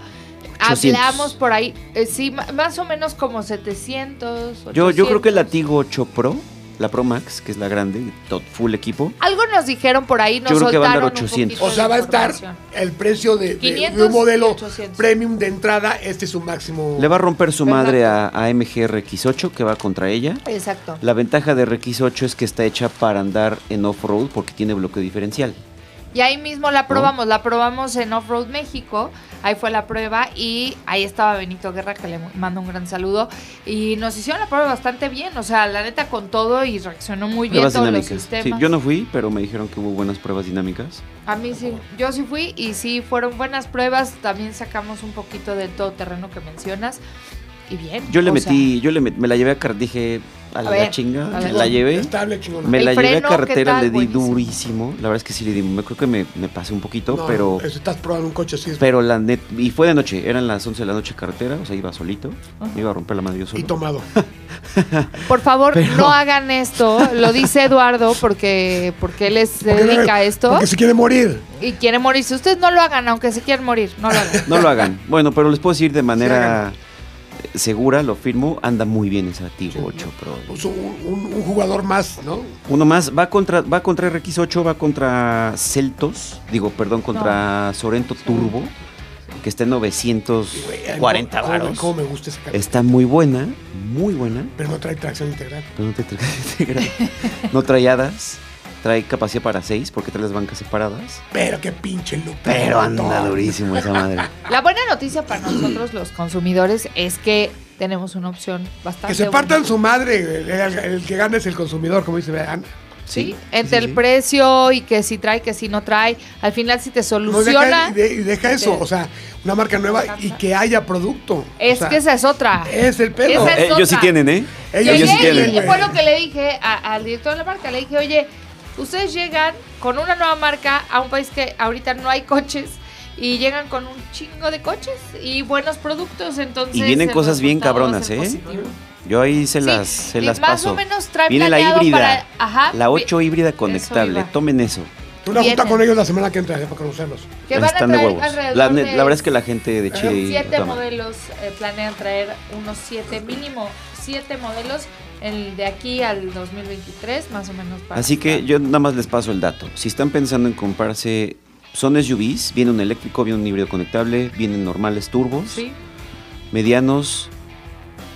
Speaker 3: 800.
Speaker 2: hablamos por ahí. eh, sí, ma- más o menos como 700.
Speaker 3: Yo, yo creo que
Speaker 2: 800.
Speaker 3: la Tigo 8 Pro, la Pro Max, que es la grande, tot- full equipo,
Speaker 2: Algo nos dijeron por ahí, nos
Speaker 3: Yo creo que va a andar
Speaker 2: soltaron un
Speaker 3: 800.
Speaker 2: poquito
Speaker 1: O sea,
Speaker 2: de
Speaker 1: va a estar
Speaker 2: información.
Speaker 1: el precio de, de- de
Speaker 2: 500
Speaker 1: un
Speaker 2: y
Speaker 1: modelo
Speaker 2: 800.
Speaker 1: premium de entrada. Este es su máximo.
Speaker 3: le va a romper su
Speaker 2: Exacto.
Speaker 3: madre a, a MGRX8, que va contra ella.
Speaker 2: Exacto.
Speaker 3: La ventaja de RX8 es que está hecha para andar en off-road porque tiene bloqueo diferencial.
Speaker 2: Y ahí mismo la probamos, la probamos en Off-Road México, ahí fue la prueba y ahí estaba Benito Guerra, que le mando un gran saludo, y nos hicieron la prueba bastante bien, o sea, la neta con todo y reaccionó muy bien
Speaker 3: Pruebas
Speaker 2: todos los
Speaker 3: dinámicas.
Speaker 2: sistemas.
Speaker 3: Sí, yo no fui, pero me dijeron que hubo buenas pruebas dinámicas.
Speaker 2: A mí sí, yo sí fui y sí fueron buenas pruebas. También sacamos un poquito del todoterreno que mencionas. Y bien.
Speaker 3: Yo le
Speaker 2: o
Speaker 3: metí, yo le met- me la llevé a carretera, dije a la,
Speaker 2: A ver,
Speaker 3: chinga,
Speaker 2: a ver.
Speaker 3: la llevé.
Speaker 1: Estable, chingón.
Speaker 3: Me
Speaker 2: El
Speaker 3: la llevé a
Speaker 2: freno, ¿qué
Speaker 3: carretera,
Speaker 2: tal?
Speaker 3: le di
Speaker 2: Buenísimo.
Speaker 3: durísimo. La verdad es que sí le di, me creo que me, me pasé un poquito,
Speaker 1: No,
Speaker 3: pero...
Speaker 1: eso, Estás probando un coche así. es-
Speaker 3: Pero la net. Y fue de noche, eran las 11 de la noche carretera, o sea, iba solito. me Iba a romper la madre yo
Speaker 1: y
Speaker 3: solo.
Speaker 1: tomado.
Speaker 2: sea, por favor, no hagan esto. Lo dice Eduardo porque, porque él es- se
Speaker 1: Porque-
Speaker 2: dedica a esto
Speaker 1: Porque se quiere morir.
Speaker 2: y quiere morirse. Ustedes no lo hagan, aunque se quieran morir. No lo hagan.
Speaker 3: No lo hagan. Bueno, pero les puedo decir de manera eh, segura, lo firmo, anda muy bien esa Tigo 8 Pro.
Speaker 1: Pues un, un- un jugador más, ¿no?
Speaker 3: Uno más, va contra, va contra RX8, va contra Celtos, digo, perdón, contra Sorento Turbo, que está en 940
Speaker 1: Cómo me-
Speaker 3: varos.
Speaker 1: Cómo me gusta esa carretera.
Speaker 3: Está muy buena, muy buena.
Speaker 1: Pero no trae tracción integral.
Speaker 3: Pero no te trae integral. No trae hadas. Trae capacidad para 6 porque trae las bancas separadas.
Speaker 1: Pero qué pinche look.
Speaker 3: Pero anda
Speaker 1: No.
Speaker 3: durísimo esa madre.
Speaker 2: La buena noticia para nosotros, los consumidores, es que tenemos una opción bastante.
Speaker 1: Que se partan
Speaker 2: buena.
Speaker 1: su madre. El, el- el que gana es el consumidor, como dice Ana.
Speaker 2: Sí, entre
Speaker 3: sí,
Speaker 2: el
Speaker 3: sí.
Speaker 2: precio y que si trae, que si no trae. Al final, si te
Speaker 1: No, deja,
Speaker 2: soluciona.
Speaker 1: y de- y deja eso,
Speaker 2: Sí.
Speaker 1: o sea, una marca nueva y que haya producto.
Speaker 2: Es
Speaker 1: O sea,
Speaker 2: que esa es otra.
Speaker 1: es el pedo.
Speaker 2: Esa es-
Speaker 3: Eh, ellos sí
Speaker 2: otra.
Speaker 3: tienen, ¿eh?
Speaker 1: Ellos
Speaker 3: Ellos sí
Speaker 2: Llegué
Speaker 3: tienen.
Speaker 2: y
Speaker 1: güey.
Speaker 2: fue lo que le dije a- al director de la marca. Le dije, oye, ustedes llegan con una nueva marca a un país que ahorita no hay coches y llegan con un chingo de coches y buenos productos. Entonces,
Speaker 3: Y vienen
Speaker 2: el
Speaker 3: cosas bien
Speaker 2: resultado va a
Speaker 3: cabronas,
Speaker 2: ser
Speaker 3: ¿eh?
Speaker 2: positivo.
Speaker 3: Yo ahí se
Speaker 2: Sí,
Speaker 3: las, se
Speaker 2: y
Speaker 3: las
Speaker 2: más
Speaker 3: paso.
Speaker 2: o menos trae
Speaker 3: Viene la
Speaker 2: planeado
Speaker 3: híbrida.
Speaker 2: para- ajá,
Speaker 3: la
Speaker 2: vi-
Speaker 3: 8 híbrida conectable.
Speaker 2: iba.
Speaker 3: Tomen eso.
Speaker 1: Una junta
Speaker 2: vienen.
Speaker 1: con ellos la semana que entra, ya para conocerlos.
Speaker 2: Que van a
Speaker 3: Están de
Speaker 2: traer
Speaker 3: huevos.
Speaker 2: alrededor
Speaker 3: La,
Speaker 2: de
Speaker 3: ne- la verdad es que la gente de Chile.
Speaker 2: siete modelos. eh, planean traer unos siete, mínimo siete modelos el de aquí al 2023, más o menos. para-
Speaker 3: Así que yo nada más les paso el dato. Si están pensando en comprarse. Son SUVs, viene un eléctrico, viene un híbrido conectable, vienen normales turbos,
Speaker 2: Sí.
Speaker 3: medianos,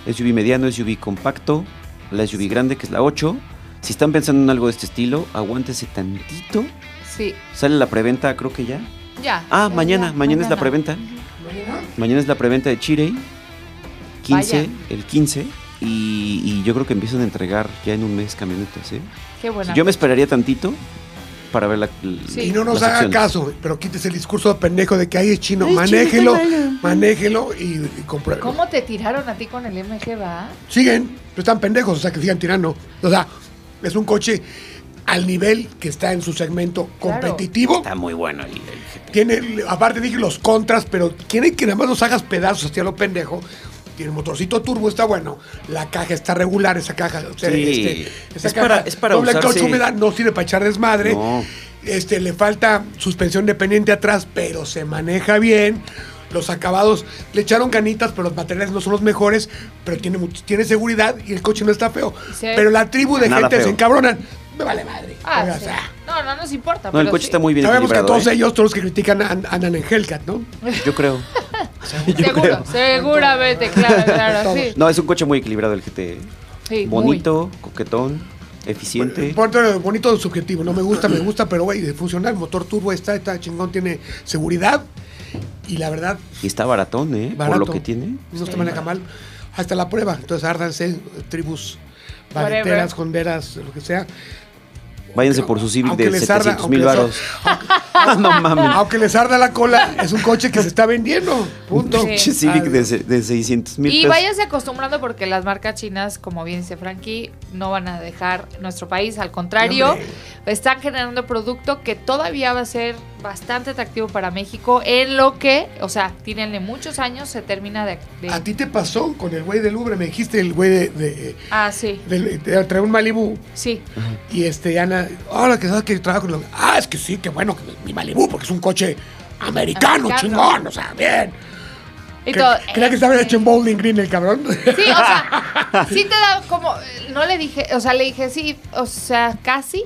Speaker 3: SUV mediano, SUV compacto, la SUV grande que es la 8. Si están pensando en algo de este estilo, aguántese tantito.
Speaker 2: Sí,
Speaker 3: Sale la preventa, creo que ya.
Speaker 2: ya.
Speaker 3: Ah,
Speaker 2: ya,
Speaker 3: mañana,
Speaker 2: ya,
Speaker 3: mañana es la preventa. Mañana es la preventa de Chirey. 15,
Speaker 2: Vaya.
Speaker 3: el 15. Y, y yo creo que empiezan a entregar ya en un mes camionetas, ¿eh?
Speaker 2: Qué buena.
Speaker 3: Yo me esperaría tantito para ver la.
Speaker 2: Sí.
Speaker 1: Y no nos
Speaker 3: las
Speaker 1: haga
Speaker 3: opciones.
Speaker 1: caso, pero quítese el discurso pendejo de que ahí es chino. manéjelo, manéjelo y, y compruébelo.
Speaker 2: ¿Cómo te tiraron a ti con el MG, va?
Speaker 1: Siguen, pero están pendejos, o sea, que sigan tirando. O sea, es un coche al nivel que está en su segmento
Speaker 2: Claro.
Speaker 1: competitivo.
Speaker 3: Está muy bueno. el- el-
Speaker 1: Tiene, aparte dije los contras, pero quieren que nada más los hagas pedazos hacia lo pendejo. Tiene el motorcito turbo, está bueno. La caja está regular, esa caja. o sea, este,
Speaker 3: Sí.
Speaker 1: esa
Speaker 3: Es para- es para
Speaker 1: doble
Speaker 3: usarse-
Speaker 1: caucho húmeda, no sirve para echar desmadre.
Speaker 3: No.
Speaker 1: Este, le falta suspensión dependiente atrás, pero se maneja bien. Los acabados le echaron canitas, pero los materiales no son los mejores, pero tiene, much- tiene seguridad y el coche no está feo.
Speaker 2: Sí.
Speaker 1: Pero la tribu de
Speaker 3: Nada
Speaker 1: gente se
Speaker 3: feo.
Speaker 1: encabronan. me vale madre.
Speaker 2: Ah,
Speaker 1: Pero, o
Speaker 2: sí.
Speaker 1: sea,
Speaker 2: No, no nos importa.
Speaker 3: No, el
Speaker 2: pero
Speaker 3: coche
Speaker 2: sí.
Speaker 3: está muy bien
Speaker 1: Sabemos que
Speaker 3: equilibrado.
Speaker 1: todos
Speaker 3: ¿eh?
Speaker 1: ellos, todos los que critican an- andan en Hellcat, ¿no?
Speaker 3: Yo creo. Yo
Speaker 2: Seguro,
Speaker 3: creo.
Speaker 2: seguramente, claro, claro, sí.
Speaker 3: No, es un coche muy equilibrado el GT.
Speaker 2: Sí, muy.
Speaker 3: ¿eh? Bonito, coquetón, eficiente.
Speaker 1: Bonito, bonito subjetivo, no me gusta, me gusta, pero güey, de funcionar, el motor turbo está, está chingón, tiene seguridad y la verdad,
Speaker 3: Y está baratón, ¿eh?
Speaker 1: barato.
Speaker 3: Por lo que tiene.
Speaker 1: No se maneja mal. Hasta la prueba, entonces árdanse, tribus,
Speaker 2: Whatever.
Speaker 1: barreteras, honderas, lo que sea.
Speaker 3: Váyanse por su Civic
Speaker 1: Aunque
Speaker 3: de
Speaker 1: les arda,
Speaker 3: 700 mil
Speaker 1: aunque
Speaker 3: baros. no mames.
Speaker 1: Aunque les arda la cola, es un coche que se está vendiendo, punto.
Speaker 3: Pinche Civic de, se- de 600 mil
Speaker 2: Y
Speaker 3: pesos.
Speaker 2: váyanse acostumbrando porque las marcas chinas, como bien dice Frankie, no van a dejar nuestro país. Al contrario, están generando producto que todavía va a ser bastante atractivo para México, en lo que, o sea, tienenle muchos años, se termina de... de-
Speaker 1: A ti te pasó con el güey del Uber, me dijiste el güey de, de,
Speaker 2: Ah, sí,
Speaker 1: del- de- trae un Malibu
Speaker 2: sí.
Speaker 1: y este Ana, ahora que sabes que trabajo con los- Ah, es que sí, que bueno, que mi Malibu, porque es un coche americano,
Speaker 2: Americano.
Speaker 1: chingón, o sea, bien.
Speaker 2: Y
Speaker 1: Cre-
Speaker 2: todo,
Speaker 1: Creía que estaba
Speaker 2: este,
Speaker 1: hecho en Bowling Green el cabrón.
Speaker 2: Sí, o sea, sí te da como. eh, No le dije, o sea, le dije sí, o sea, casi.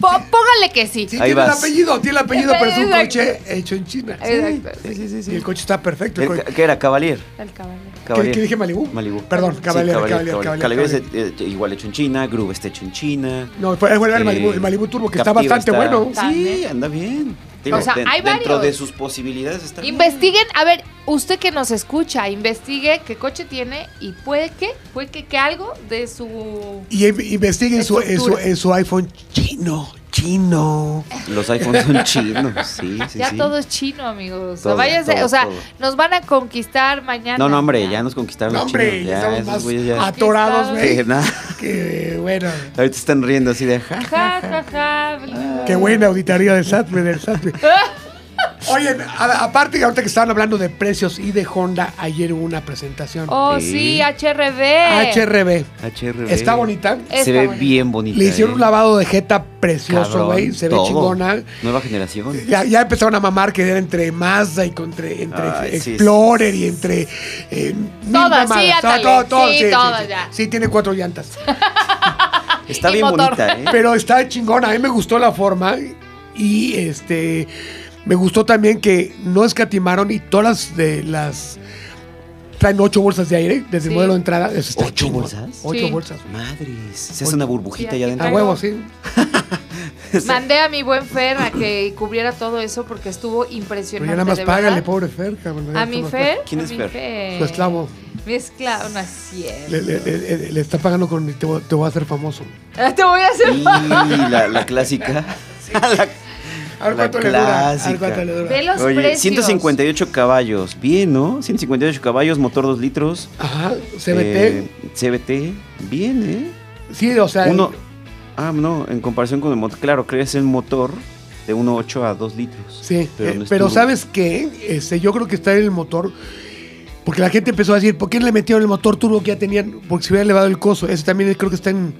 Speaker 2: Po- póngale que sí.
Speaker 1: Sí, tiene
Speaker 3: Ahí
Speaker 1: el
Speaker 3: vas.
Speaker 1: apellido, tiene el apellido, pero es un
Speaker 2: Exacto.
Speaker 1: coche hecho en China.
Speaker 2: Exacto.
Speaker 3: Sí, sí, sí, sí.
Speaker 1: Y el coche está perfecto. el
Speaker 3: El
Speaker 1: coche-
Speaker 3: ca- ¿Qué era? Cavalier.
Speaker 2: El caballero.
Speaker 1: ¿Qué,
Speaker 3: Cavalier.
Speaker 1: qué dije Malibu?
Speaker 3: Malibu.
Speaker 1: Perdón,
Speaker 3: Sí,
Speaker 1: Cavalier, Cavalier, Cavalier.
Speaker 3: Cavalier es,
Speaker 1: Cavalier.
Speaker 3: eh, igual hecho en China, Groove está hecho en China.
Speaker 1: No, fue, fue el,
Speaker 3: Eh,
Speaker 1: Malibu, el Malibu Turbo, que está
Speaker 3: Captiva
Speaker 1: bastante bueno.
Speaker 3: Sí, anda bien. Digo,
Speaker 2: O sea, hay
Speaker 3: Dentro
Speaker 2: varios.
Speaker 3: de sus posibilidades está bien.
Speaker 2: Investiguen, a ver, usted que nos escucha, investigue qué coche tiene y puede que, puede que, que algo de su.
Speaker 1: Y in- investiguen su, en, su,
Speaker 2: Estructura.
Speaker 1: en su iPhone chino, chino.
Speaker 3: Los iPhones son chinos, sí, sí,
Speaker 2: ya
Speaker 3: sí.
Speaker 2: todo es chino, amigos.
Speaker 3: Todo,
Speaker 2: Váyase,
Speaker 3: todo,
Speaker 2: o sea,
Speaker 3: todo.
Speaker 2: nos van a conquistar mañana.
Speaker 3: No, no, hombre, ya nos conquistaron
Speaker 1: No,
Speaker 3: los chinos.
Speaker 1: hombre, ya
Speaker 3: Ya,
Speaker 1: estamos
Speaker 3: esos
Speaker 1: más
Speaker 3: güeyes ya.
Speaker 1: atorados,
Speaker 3: Sí,
Speaker 1: güey.
Speaker 3: nada.
Speaker 1: Qué bueno.
Speaker 3: Ahorita están riendo así de ja.
Speaker 2: Ja, ja, ja.
Speaker 1: Qué buena auditoría del SAT, güey, del SAT. güey. Oye, a- aparte que ahorita que estaban hablando de precios y de Honda, ayer hubo una presentación.
Speaker 2: Oh, eh. sí,
Speaker 3: Sí.
Speaker 2: HRB.
Speaker 1: HRB.
Speaker 3: HRB.
Speaker 1: Está bonita.
Speaker 2: Está
Speaker 3: Se ve
Speaker 2: bonita.
Speaker 3: bien bonita.
Speaker 1: Le hicieron
Speaker 3: eh.
Speaker 1: un lavado de jeta precioso,
Speaker 3: Cabrón,
Speaker 1: güey. Se ve
Speaker 3: todo.
Speaker 1: chingona.
Speaker 3: Nueva generación.
Speaker 1: Ya, ya empezaron a mamar que era entre Mazda y contra, entre
Speaker 3: Ay, sí,
Speaker 1: Explorer y entre. eh, mil
Speaker 2: Todas,
Speaker 1: mamadas.
Speaker 2: sí,
Speaker 1: Todo,
Speaker 2: ándale.
Speaker 1: todo, todo,
Speaker 2: Sí,
Speaker 1: sí, sí,
Speaker 2: todas,
Speaker 1: sí.
Speaker 2: ya.
Speaker 1: Sí, tiene cuatro llantas.
Speaker 3: Está
Speaker 2: Y
Speaker 3: bien
Speaker 2: motor.
Speaker 3: bonita, ¿eh?
Speaker 1: Pero está chingona. A mí me gustó la forma. Y este. Me gustó también que no escatimaron y todas las de las. Traen ocho bolsas de aire desde
Speaker 2: Sí.
Speaker 1: el modelo de entrada. Eso está
Speaker 3: ¿Ocho
Speaker 1: chingón.
Speaker 3: bolsas?
Speaker 1: Ocho
Speaker 2: Sí.
Speaker 1: bolsas. güey.
Speaker 3: Madres. Se hace una burbujita
Speaker 2: Sí,
Speaker 3: allá
Speaker 2: aquí
Speaker 1: A
Speaker 2: Claro.
Speaker 3: adentro.
Speaker 1: huevo, sí.
Speaker 2: Mandé a mi buen Fer a que cubriera todo eso porque estuvo
Speaker 1: Pero
Speaker 2: impresionante.
Speaker 1: ya nada más
Speaker 2: de
Speaker 1: págale,
Speaker 2: verdad.
Speaker 1: pobre Fer, cabrón.
Speaker 2: A mi Fer.
Speaker 3: ¿Quién
Speaker 2: a
Speaker 3: es
Speaker 2: mi
Speaker 3: Fer?
Speaker 1: Su esclavo.
Speaker 2: Mi esclavo, no es cierto.
Speaker 1: Le, le- le- le- le está pagando con. Te, voy- te voy a hacer famoso.
Speaker 2: Ah, Te voy a hacer.
Speaker 3: Y la, la clásica. La-
Speaker 1: A ver
Speaker 3: La
Speaker 1: cuánto le dura. A ver
Speaker 3: clásica.
Speaker 1: cuánto le dura.
Speaker 2: Ve los
Speaker 3: Oye,
Speaker 2: precios.
Speaker 3: 158 caballos. Bien, ¿no? 158 caballos, motor 2 litros.
Speaker 1: Ajá, CBT.
Speaker 3: eh, CBT. Bien, ¿eh?
Speaker 1: sí, o sea.
Speaker 3: Uno. Ah, no, en comparación con el motor. Claro, crees el motor de 1.8 a 2 litros.
Speaker 1: Sí, pero,
Speaker 3: no es
Speaker 1: pero
Speaker 3: turbo.
Speaker 1: ¿sabes qué? Este, yo creo que está en el motor. Porque la gente empezó a decir, ¿por qué le metieron el motor turbo que ya tenían? Porque se hubiera elevado el costo. Ese también creo que está en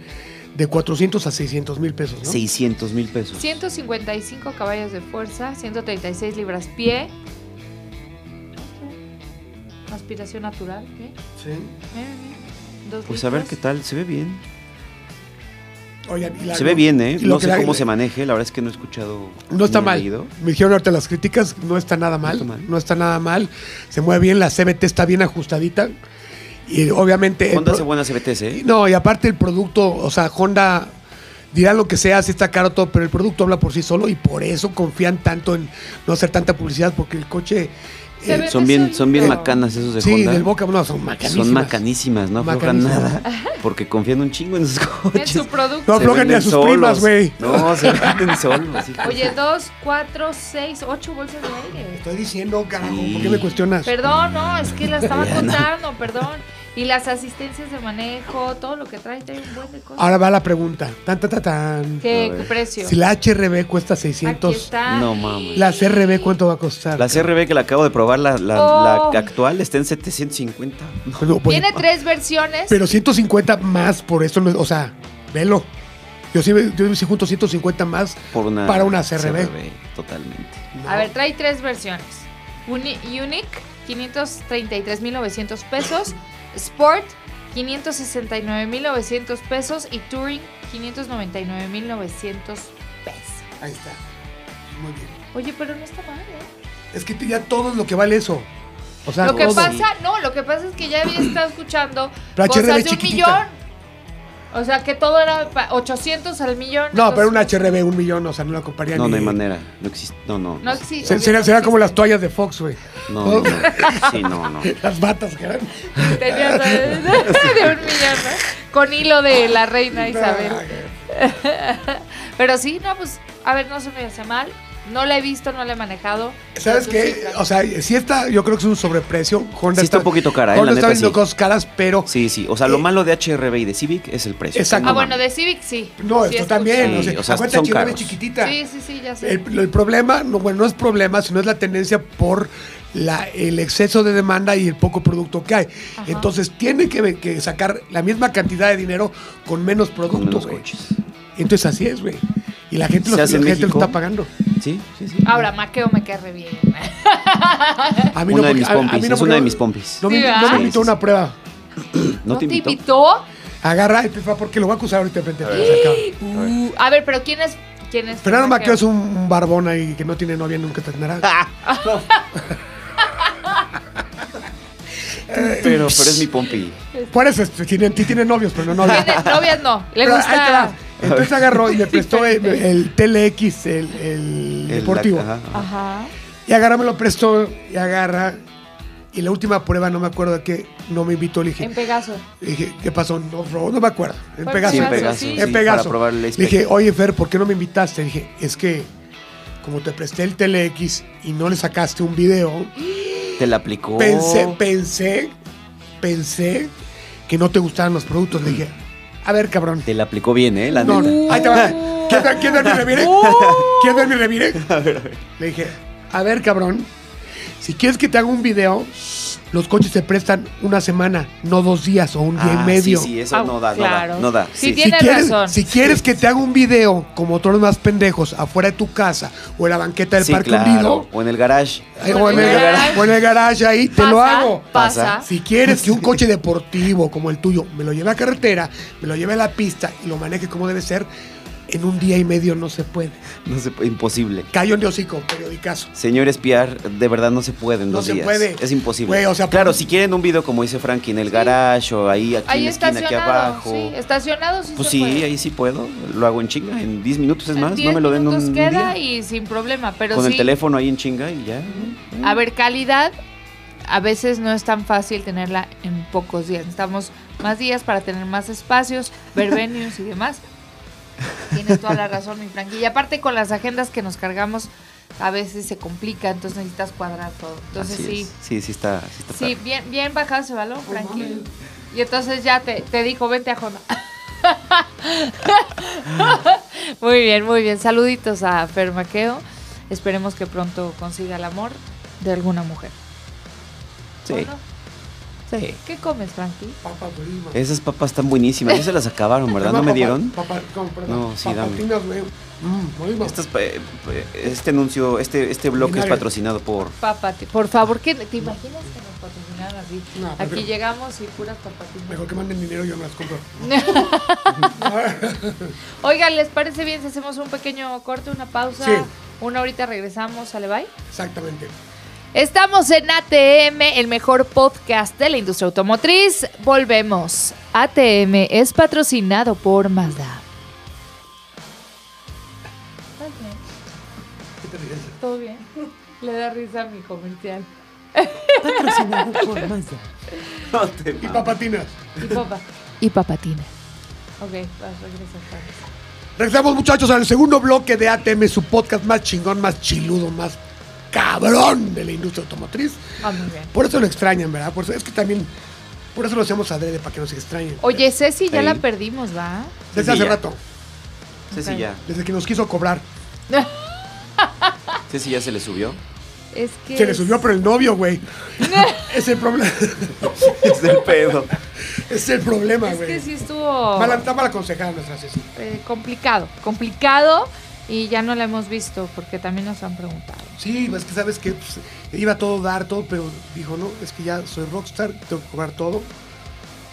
Speaker 1: de 400 a 600 mil pesos, ¿no?
Speaker 3: 600 mil pesos.
Speaker 2: 155 caballos de fuerza, 136 libras pie. Aspiración natural, ¿qué?
Speaker 1: Sí.
Speaker 2: Mira, mira. Dos
Speaker 3: Pues a ver qué
Speaker 2: litros.
Speaker 3: tal. Se ve bien.
Speaker 1: Oigan, y la-
Speaker 3: Se ve bien, ¿eh?
Speaker 1: y lo
Speaker 3: No
Speaker 1: que
Speaker 3: sé
Speaker 1: la-
Speaker 3: cómo se maneje. La verdad es que no he escuchado.
Speaker 1: No está
Speaker 3: ni he
Speaker 1: mal.
Speaker 3: leído.
Speaker 1: Me dijeron ahorita las críticas, no está nada mal,
Speaker 3: está mal.
Speaker 1: no está nada mal. Se mueve bien, la CBT está bien ajustadita. Y obviamente... el
Speaker 3: Honda
Speaker 1: pro-
Speaker 3: hace buenas CBTs, ¿eh?
Speaker 1: No, y aparte el producto, o sea, Honda dirá lo que sea, si está caro todo, pero el producto habla por sí solo y por eso confían tanto en no hacer tanta publicidad porque el coche
Speaker 2: Se
Speaker 1: eh,
Speaker 2: ve
Speaker 3: Son bien,
Speaker 2: solito.
Speaker 3: son bien macanas esos de
Speaker 1: sí,
Speaker 3: Honda.
Speaker 1: del boca no son macanísimas.
Speaker 3: Son macanísimas, no aflojan
Speaker 1: Macanísimas.
Speaker 3: nada. Porque confían un chingo en sus
Speaker 2: En
Speaker 3: coches.
Speaker 2: su producto.
Speaker 1: No
Speaker 3: Se
Speaker 1: aflojan ni a
Speaker 3: venden
Speaker 1: sus primas, güey.
Speaker 3: No, se venden solos. hijo.
Speaker 2: Oye, dos, cuatro, seis, ocho bolsas de aire.
Speaker 1: Estoy diciendo, carajo,
Speaker 3: Sí.
Speaker 1: ¿por qué me cuestionas?
Speaker 2: Perdón, no, es que la estaba contando, perdón. Y las asistencias de manejo, todo lo que trae, trae un buen de cosas.
Speaker 1: Ahora va la pregunta. Tan, tan, tan, tan.
Speaker 2: ¿Qué
Speaker 3: A ver.
Speaker 2: precio?
Speaker 1: Si la HRB cuesta 600,
Speaker 3: No mames.
Speaker 1: la CRB cuánto va a costar?
Speaker 3: La CRB que la acabo de probar, la, la-
Speaker 2: Oh.
Speaker 3: la actual, está en 750. No,
Speaker 1: No, pues,
Speaker 2: Tiene tres versiones.
Speaker 1: pero 150 más por eso, no es- o sea, velo. Yo sí, yo sí junto 150 más
Speaker 3: por una
Speaker 1: para una CRB.
Speaker 3: Totalmente.
Speaker 2: A ver, trae tres versiones. Uni- Unique, 533.900 pesos. Sport, 569.900 pesos. Y Touring, 599.900 pesos.
Speaker 1: Ahí está. Muy bien.
Speaker 2: Oye, pero no está mal, ¿eh?
Speaker 1: Es que ya todo es lo que vale eso. O sea,
Speaker 2: Lo que
Speaker 1: todo.
Speaker 2: pasa, no, lo que pasa es que ya había estado escuchando
Speaker 1: Pero
Speaker 2: cosas
Speaker 1: HRB
Speaker 2: de un
Speaker 1: chiquitita.
Speaker 2: millón. O sea, que todo era pa- 800 al millón.
Speaker 1: No, pero un
Speaker 2: entonces,
Speaker 1: HRB, un millón, o sea, no la compraría
Speaker 3: No,
Speaker 1: ni-
Speaker 3: no hay manera. No existe. No, no.
Speaker 2: No existe.
Speaker 1: Se- Sería, sería como las toallas de Fox, güey.
Speaker 3: No, no, no. Sí, no, no.
Speaker 1: Las batas, grandes.
Speaker 2: Tenías de, de un millón, ¿no? Con hilo de la reina Isabel.
Speaker 1: Ah,
Speaker 2: Pero sí, no, pues, a ver, no se me hace mal. No la he visto, no la he manejado.
Speaker 1: ¿Sabes
Speaker 2: Tú sí,
Speaker 1: qué? Oh,
Speaker 2: claro.
Speaker 1: O sea, si está, yo creo que es un sobreprecio. Honda
Speaker 3: Sí está un poquito cara, eh,
Speaker 1: Honda
Speaker 3: la
Speaker 1: está
Speaker 3: neta,
Speaker 1: vendiendo
Speaker 3: sí.
Speaker 1: cosas caras, pero.
Speaker 3: Sí, sí. O sea, lo malo de HRB y de Civic es el precio.
Speaker 1: Eh, Exacto.
Speaker 3: No
Speaker 2: ah, bueno,
Speaker 3: mames.
Speaker 2: de Civic sí.
Speaker 1: No, esto
Speaker 2: Sí, escuché.
Speaker 1: también.
Speaker 3: Sí,
Speaker 1: o sea,
Speaker 3: o sea,
Speaker 1: aguanta
Speaker 3: son
Speaker 1: HRB
Speaker 3: caros.
Speaker 1: chiquitita.
Speaker 2: Sí, sí, sí, ya sé.
Speaker 1: El, el problema, no, bueno, no es problema, sino es la tendencia por la, el exceso de demanda y el poco producto que hay. Entonces, tiene que, ve- que sacar la misma cantidad de dinero con menos producto.
Speaker 3: Con menos
Speaker 1: güey.
Speaker 3: coches.
Speaker 1: Entonces, así es, güey. Y la gente,
Speaker 3: Se
Speaker 1: lo, la
Speaker 3: hace en
Speaker 1: gente lo
Speaker 3: México.
Speaker 1: está pagando.
Speaker 3: Sí, sí, sí.
Speaker 2: Ahora, Maqueo me cae re bien.
Speaker 1: A
Speaker 3: Una de
Speaker 1: porque-
Speaker 3: mis
Speaker 1: a- a mí
Speaker 3: pompis, es
Speaker 1: porque
Speaker 3: una de mis pompis.
Speaker 1: No, me-
Speaker 2: Sí,
Speaker 1: no
Speaker 2: ¿verdad?
Speaker 1: me invitó a una prueba.
Speaker 3: ¿No te invitó?
Speaker 1: Eh,
Speaker 2: invitó?
Speaker 1: Agarra y te va porque lo va a acusar ahorita de frente. a ti, acá.
Speaker 2: Uh, a ver, pero ¿quién es? ¿Quién es?
Speaker 1: Fernando Maqueo es un, un barbón ahí que no tiene novia nunca tendrá.
Speaker 3: Pero, pero es mi pompi.
Speaker 1: Por eso este, tiene, sí tiene novios, pero no novia.
Speaker 2: ¿Tiene novias? No. Le
Speaker 1: Pero ahí te va.
Speaker 2: gusta.
Speaker 1: Entonces agarró y me prestó el, el TLX, el, el
Speaker 3: El-
Speaker 1: deportivo.
Speaker 3: ajá,
Speaker 2: Ah.
Speaker 3: ajá.
Speaker 2: Ajá.
Speaker 1: Y agarra, me lo prestó y agarra. Y la última prueba, no me acuerdo de qué, no me invitó. Le dije,
Speaker 3: Em-
Speaker 2: En Pegaso.
Speaker 1: le dije ¿qué pasó? No, bro, no me acuerdo. En
Speaker 2: Fue
Speaker 1: Pegaso.
Speaker 3: Sí, en
Speaker 2: Pegaso,
Speaker 3: Pegaso.
Speaker 2: sí.
Speaker 3: sí,
Speaker 1: en Pegaso.
Speaker 3: Para probar el
Speaker 1: Le
Speaker 3: Spec.
Speaker 1: dije, oye Fer, ¿por qué no me invitaste? Le dije, es que como te presté el TLX y no le sacaste un video,
Speaker 3: Te la aplicó.
Speaker 1: pensé, pensé, pensé que no te gustaban los productos. Le dije, a ver, cabrón.
Speaker 3: Te la aplicó bien, ¿eh? La
Speaker 1: No,
Speaker 3: neta.
Speaker 1: no, ahí te va. ¿Quieres ver, quieres ver mi revire?
Speaker 3: Uh.
Speaker 1: ¿Quieres ver mi revire? Le dije, a ver, cabrón, si quieres que te haga un video, los coches se prestan una semana, no dos días o un día
Speaker 3: Ah,
Speaker 1: y medio.
Speaker 3: Sí, sí, eso
Speaker 2: Ah,
Speaker 3: no da,
Speaker 2: claro.
Speaker 3: no da, no da.
Speaker 2: Sí,
Speaker 3: Sí,
Speaker 2: tiene- Tienes
Speaker 1: si quieres,
Speaker 2: razón.
Speaker 1: Si quieres que te haga un video como todos los más pendejos afuera de tu casa o en la banqueta del
Speaker 3: Sí,
Speaker 1: parque
Speaker 3: claro.
Speaker 1: hundido
Speaker 3: O en el garage.
Speaker 1: eh, o, en el,
Speaker 2: garage.
Speaker 1: o en el garage ahí, te lo
Speaker 2: Pasa,
Speaker 1: hago.
Speaker 2: Pasa.
Speaker 1: Si quieres Pues que un coche deportivo como el tuyo me lo lleve a carretera, me lo lleve a la pista y lo maneje como debe ser, en un día y medio no se puede.
Speaker 3: No se, imposible.
Speaker 1: Cayó en de hocico, periodicazo.
Speaker 3: Señor espiar, de verdad no se puede en
Speaker 1: No
Speaker 3: dos
Speaker 1: se
Speaker 3: días.
Speaker 1: puede.
Speaker 3: Es imposible.
Speaker 1: Güey, o sea,
Speaker 3: claro,
Speaker 1: por-
Speaker 3: si quieren un video como dice Frankie en el garage o ahí aquí en
Speaker 2: Ahí
Speaker 3: la esquina aquí
Speaker 2: estacionado.
Speaker 3: abajo.
Speaker 2: Sí, estacionado sí
Speaker 3: pues
Speaker 2: se
Speaker 3: sí,
Speaker 2: puede.
Speaker 3: ahí sí puedo. Lo hago en chinga en 10 minutos es
Speaker 2: En
Speaker 3: más,
Speaker 2: 10
Speaker 3: no me lo den un
Speaker 2: minutos queda
Speaker 3: día.
Speaker 2: y sin problema, pero
Speaker 3: Con
Speaker 2: sí.
Speaker 3: el teléfono ahí en chinga y ya.
Speaker 2: A ver, calidad a veces no es tan fácil tenerla en pocos días. Necesitamos más días para tener más espacios, ver venues y demás. Tienes toda la razón, mi Frankie. Y aparte con las agendas que nos cargamos, a veces se complica, entonces necesitas cuadrar todo. Entonces
Speaker 3: Así
Speaker 2: sí,
Speaker 3: es. Sí, sí está, sí está
Speaker 2: sí,
Speaker 3: padre.
Speaker 2: bien, bien bajado ese balón,
Speaker 1: Oh,
Speaker 2: Frankie. Y entonces ya te, te dijo, vente a Jona. muy bien, muy bien. Saluditos a Fer Maqueo. Esperemos que pronto consiga el amor de alguna mujer. ¿O
Speaker 3: Sí.
Speaker 2: no?
Speaker 3: sí.
Speaker 2: ¿Qué comes, Frankie?
Speaker 1: Papas Bolívar.
Speaker 3: Esas papas están buenísimas. Ya se las acabaron, ¿verdad? ¿No me
Speaker 1: Papas-
Speaker 3: dieron?
Speaker 1: papas- ¿cómo, perdón?
Speaker 3: No, sí, dame.
Speaker 1: Papatinas, güey. Mm, Bolívar.
Speaker 3: Estas, eh, eh, este anuncio, este, este bloque es
Speaker 1: Vinagre.
Speaker 3: patrocinado por
Speaker 2: Papati. Por favor, ¿qué, ¿te imaginas que nos patrocinaran así?
Speaker 1: No,
Speaker 2: Aquí
Speaker 1: prefiero-
Speaker 2: llegamos y puras papatinas.
Speaker 1: Mejor que manden dinero, yo no las compro.
Speaker 2: Oigan, ¿les parece bien si hacemos un pequeño corte, una pausa?
Speaker 1: Sí.
Speaker 2: Una horita regresamos, sale bye.
Speaker 1: Exactamente.
Speaker 2: Estamos en ATM, el mejor podcast de la industria automotriz. Volvemos. ATM es patrocinado por Mazda. Todo bien. Le da risa a mi comercial.
Speaker 1: Y papatinas.
Speaker 2: Y papá. y papatina. Ok, vas, regresa. Carlos.
Speaker 1: Regresamos, muchachos, al segundo bloque de ATM, su podcast más chingón, más chiludo, más cabrón de la industria automotriz.
Speaker 2: Ah, muy bien.
Speaker 1: Por eso lo extrañan, ¿verdad? Por eso, es que también. Por eso lo hacemos adrede, para que nos extrañen.
Speaker 2: Oye, Ceci ya
Speaker 3: Ey.
Speaker 2: la perdimos, ¿va?
Speaker 1: Desde hace
Speaker 3: Cecilia.
Speaker 1: rato,
Speaker 3: Ceci ya.
Speaker 1: desde que nos quiso cobrar.
Speaker 3: Ceci ya se le subió.
Speaker 2: Es que.
Speaker 1: Se le subió por el novio, güey. es el problema.
Speaker 3: Es el pedo.
Speaker 1: es el problema,
Speaker 2: Es que
Speaker 1: güey.
Speaker 2: sí estuvo
Speaker 1: Mala- está mal aconsejada nuestra Ceci.
Speaker 2: eh, complicado. Complicado y ya no la hemos visto porque también nos han preguntado.
Speaker 1: Sí, es que sabes que pues, iba a todo dar, todo, pero dijo, no, es que ya soy rockstar, tengo que cobrar todo.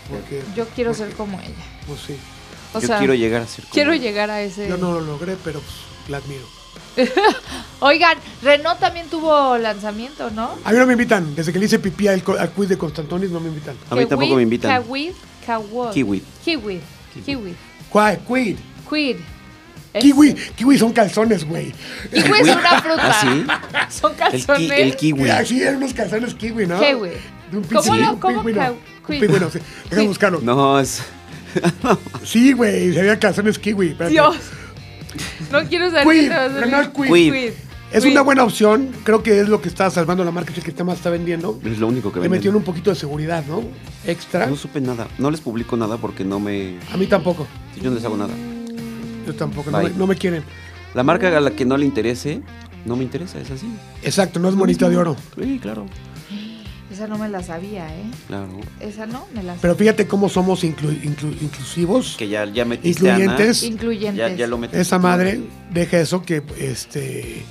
Speaker 1: Porque,
Speaker 2: Yo quiero ser como ella.
Speaker 1: pues sí.
Speaker 2: O
Speaker 3: Yo
Speaker 2: sea,
Speaker 3: quiero llegar a ser como
Speaker 2: quiero
Speaker 3: ella.
Speaker 2: llegar a ese.
Speaker 1: Yo no lo logré, pero pues, la admiro.
Speaker 2: Oigan, Renault también tuvo lanzamiento, ¿no?
Speaker 1: A mí no me invitan. Desde que le hice pipí al, co- al quiz de Constantonis, no me invitan.
Speaker 3: A mí tampoco
Speaker 2: Kiwi,
Speaker 3: me invitan.
Speaker 2: Kiwi, Kawo-
Speaker 3: Kiwi.
Speaker 2: Kiwi. Kiwi.
Speaker 1: ¿Cuál? Quid.
Speaker 2: Quid.
Speaker 1: Kiwi. Kiwi son calzones, güey.
Speaker 2: Ese. Kiwi es una fruta.
Speaker 3: ¿Ah, sí?
Speaker 2: Son
Speaker 3: El, ki-
Speaker 2: calzones.
Speaker 3: el kiwi.
Speaker 1: Así eran unos calzones kiwi, ¿no?
Speaker 2: Kiwi.
Speaker 1: De un
Speaker 2: ¿Cómo
Speaker 1: pingüino,
Speaker 2: lo-
Speaker 1: un
Speaker 2: cómo
Speaker 1: pingüino.
Speaker 2: ca-
Speaker 1: Un
Speaker 2: quid?
Speaker 1: pingüino, sí. Déjame buscarlo.
Speaker 3: No, es.
Speaker 1: Sí, güey, se había calzones kiwi. espérate.
Speaker 2: Dios. No quiero saber
Speaker 1: Quid,
Speaker 2: qué te va a salir.
Speaker 1: Renault Quid.
Speaker 3: Quid.
Speaker 1: Es
Speaker 2: Quid.
Speaker 1: una buena opción. Creo que es lo que está salvando la marca, es el que está más está vendiendo.
Speaker 3: Es lo único
Speaker 1: Le
Speaker 3: que venden. Pues,
Speaker 1: metieron un poquito de seguridad, ¿no? Extra.
Speaker 3: No supe nada. No les publico nada porque no me.
Speaker 1: A mí tampoco.
Speaker 3: Yo no les hago nada.
Speaker 1: Yo tampoco. No me,
Speaker 3: Bye.
Speaker 1: no me quieren.
Speaker 3: La marca a la que no le interese, no me interesa, es así.
Speaker 1: Exacto, no es monito de oro.
Speaker 3: Sí, claro.
Speaker 2: Esa no me la sabía, ¿eh?
Speaker 3: Claro.
Speaker 2: Esa no me la sabía.
Speaker 1: Pero fíjate cómo somos inclu- inclu- inclusivos.
Speaker 3: Que ya, ya metiste a Ana.
Speaker 1: Incluyentes.
Speaker 2: Incluyentes.
Speaker 3: Ya, ya lo metiste.
Speaker 1: Esa madre deja eso que, este...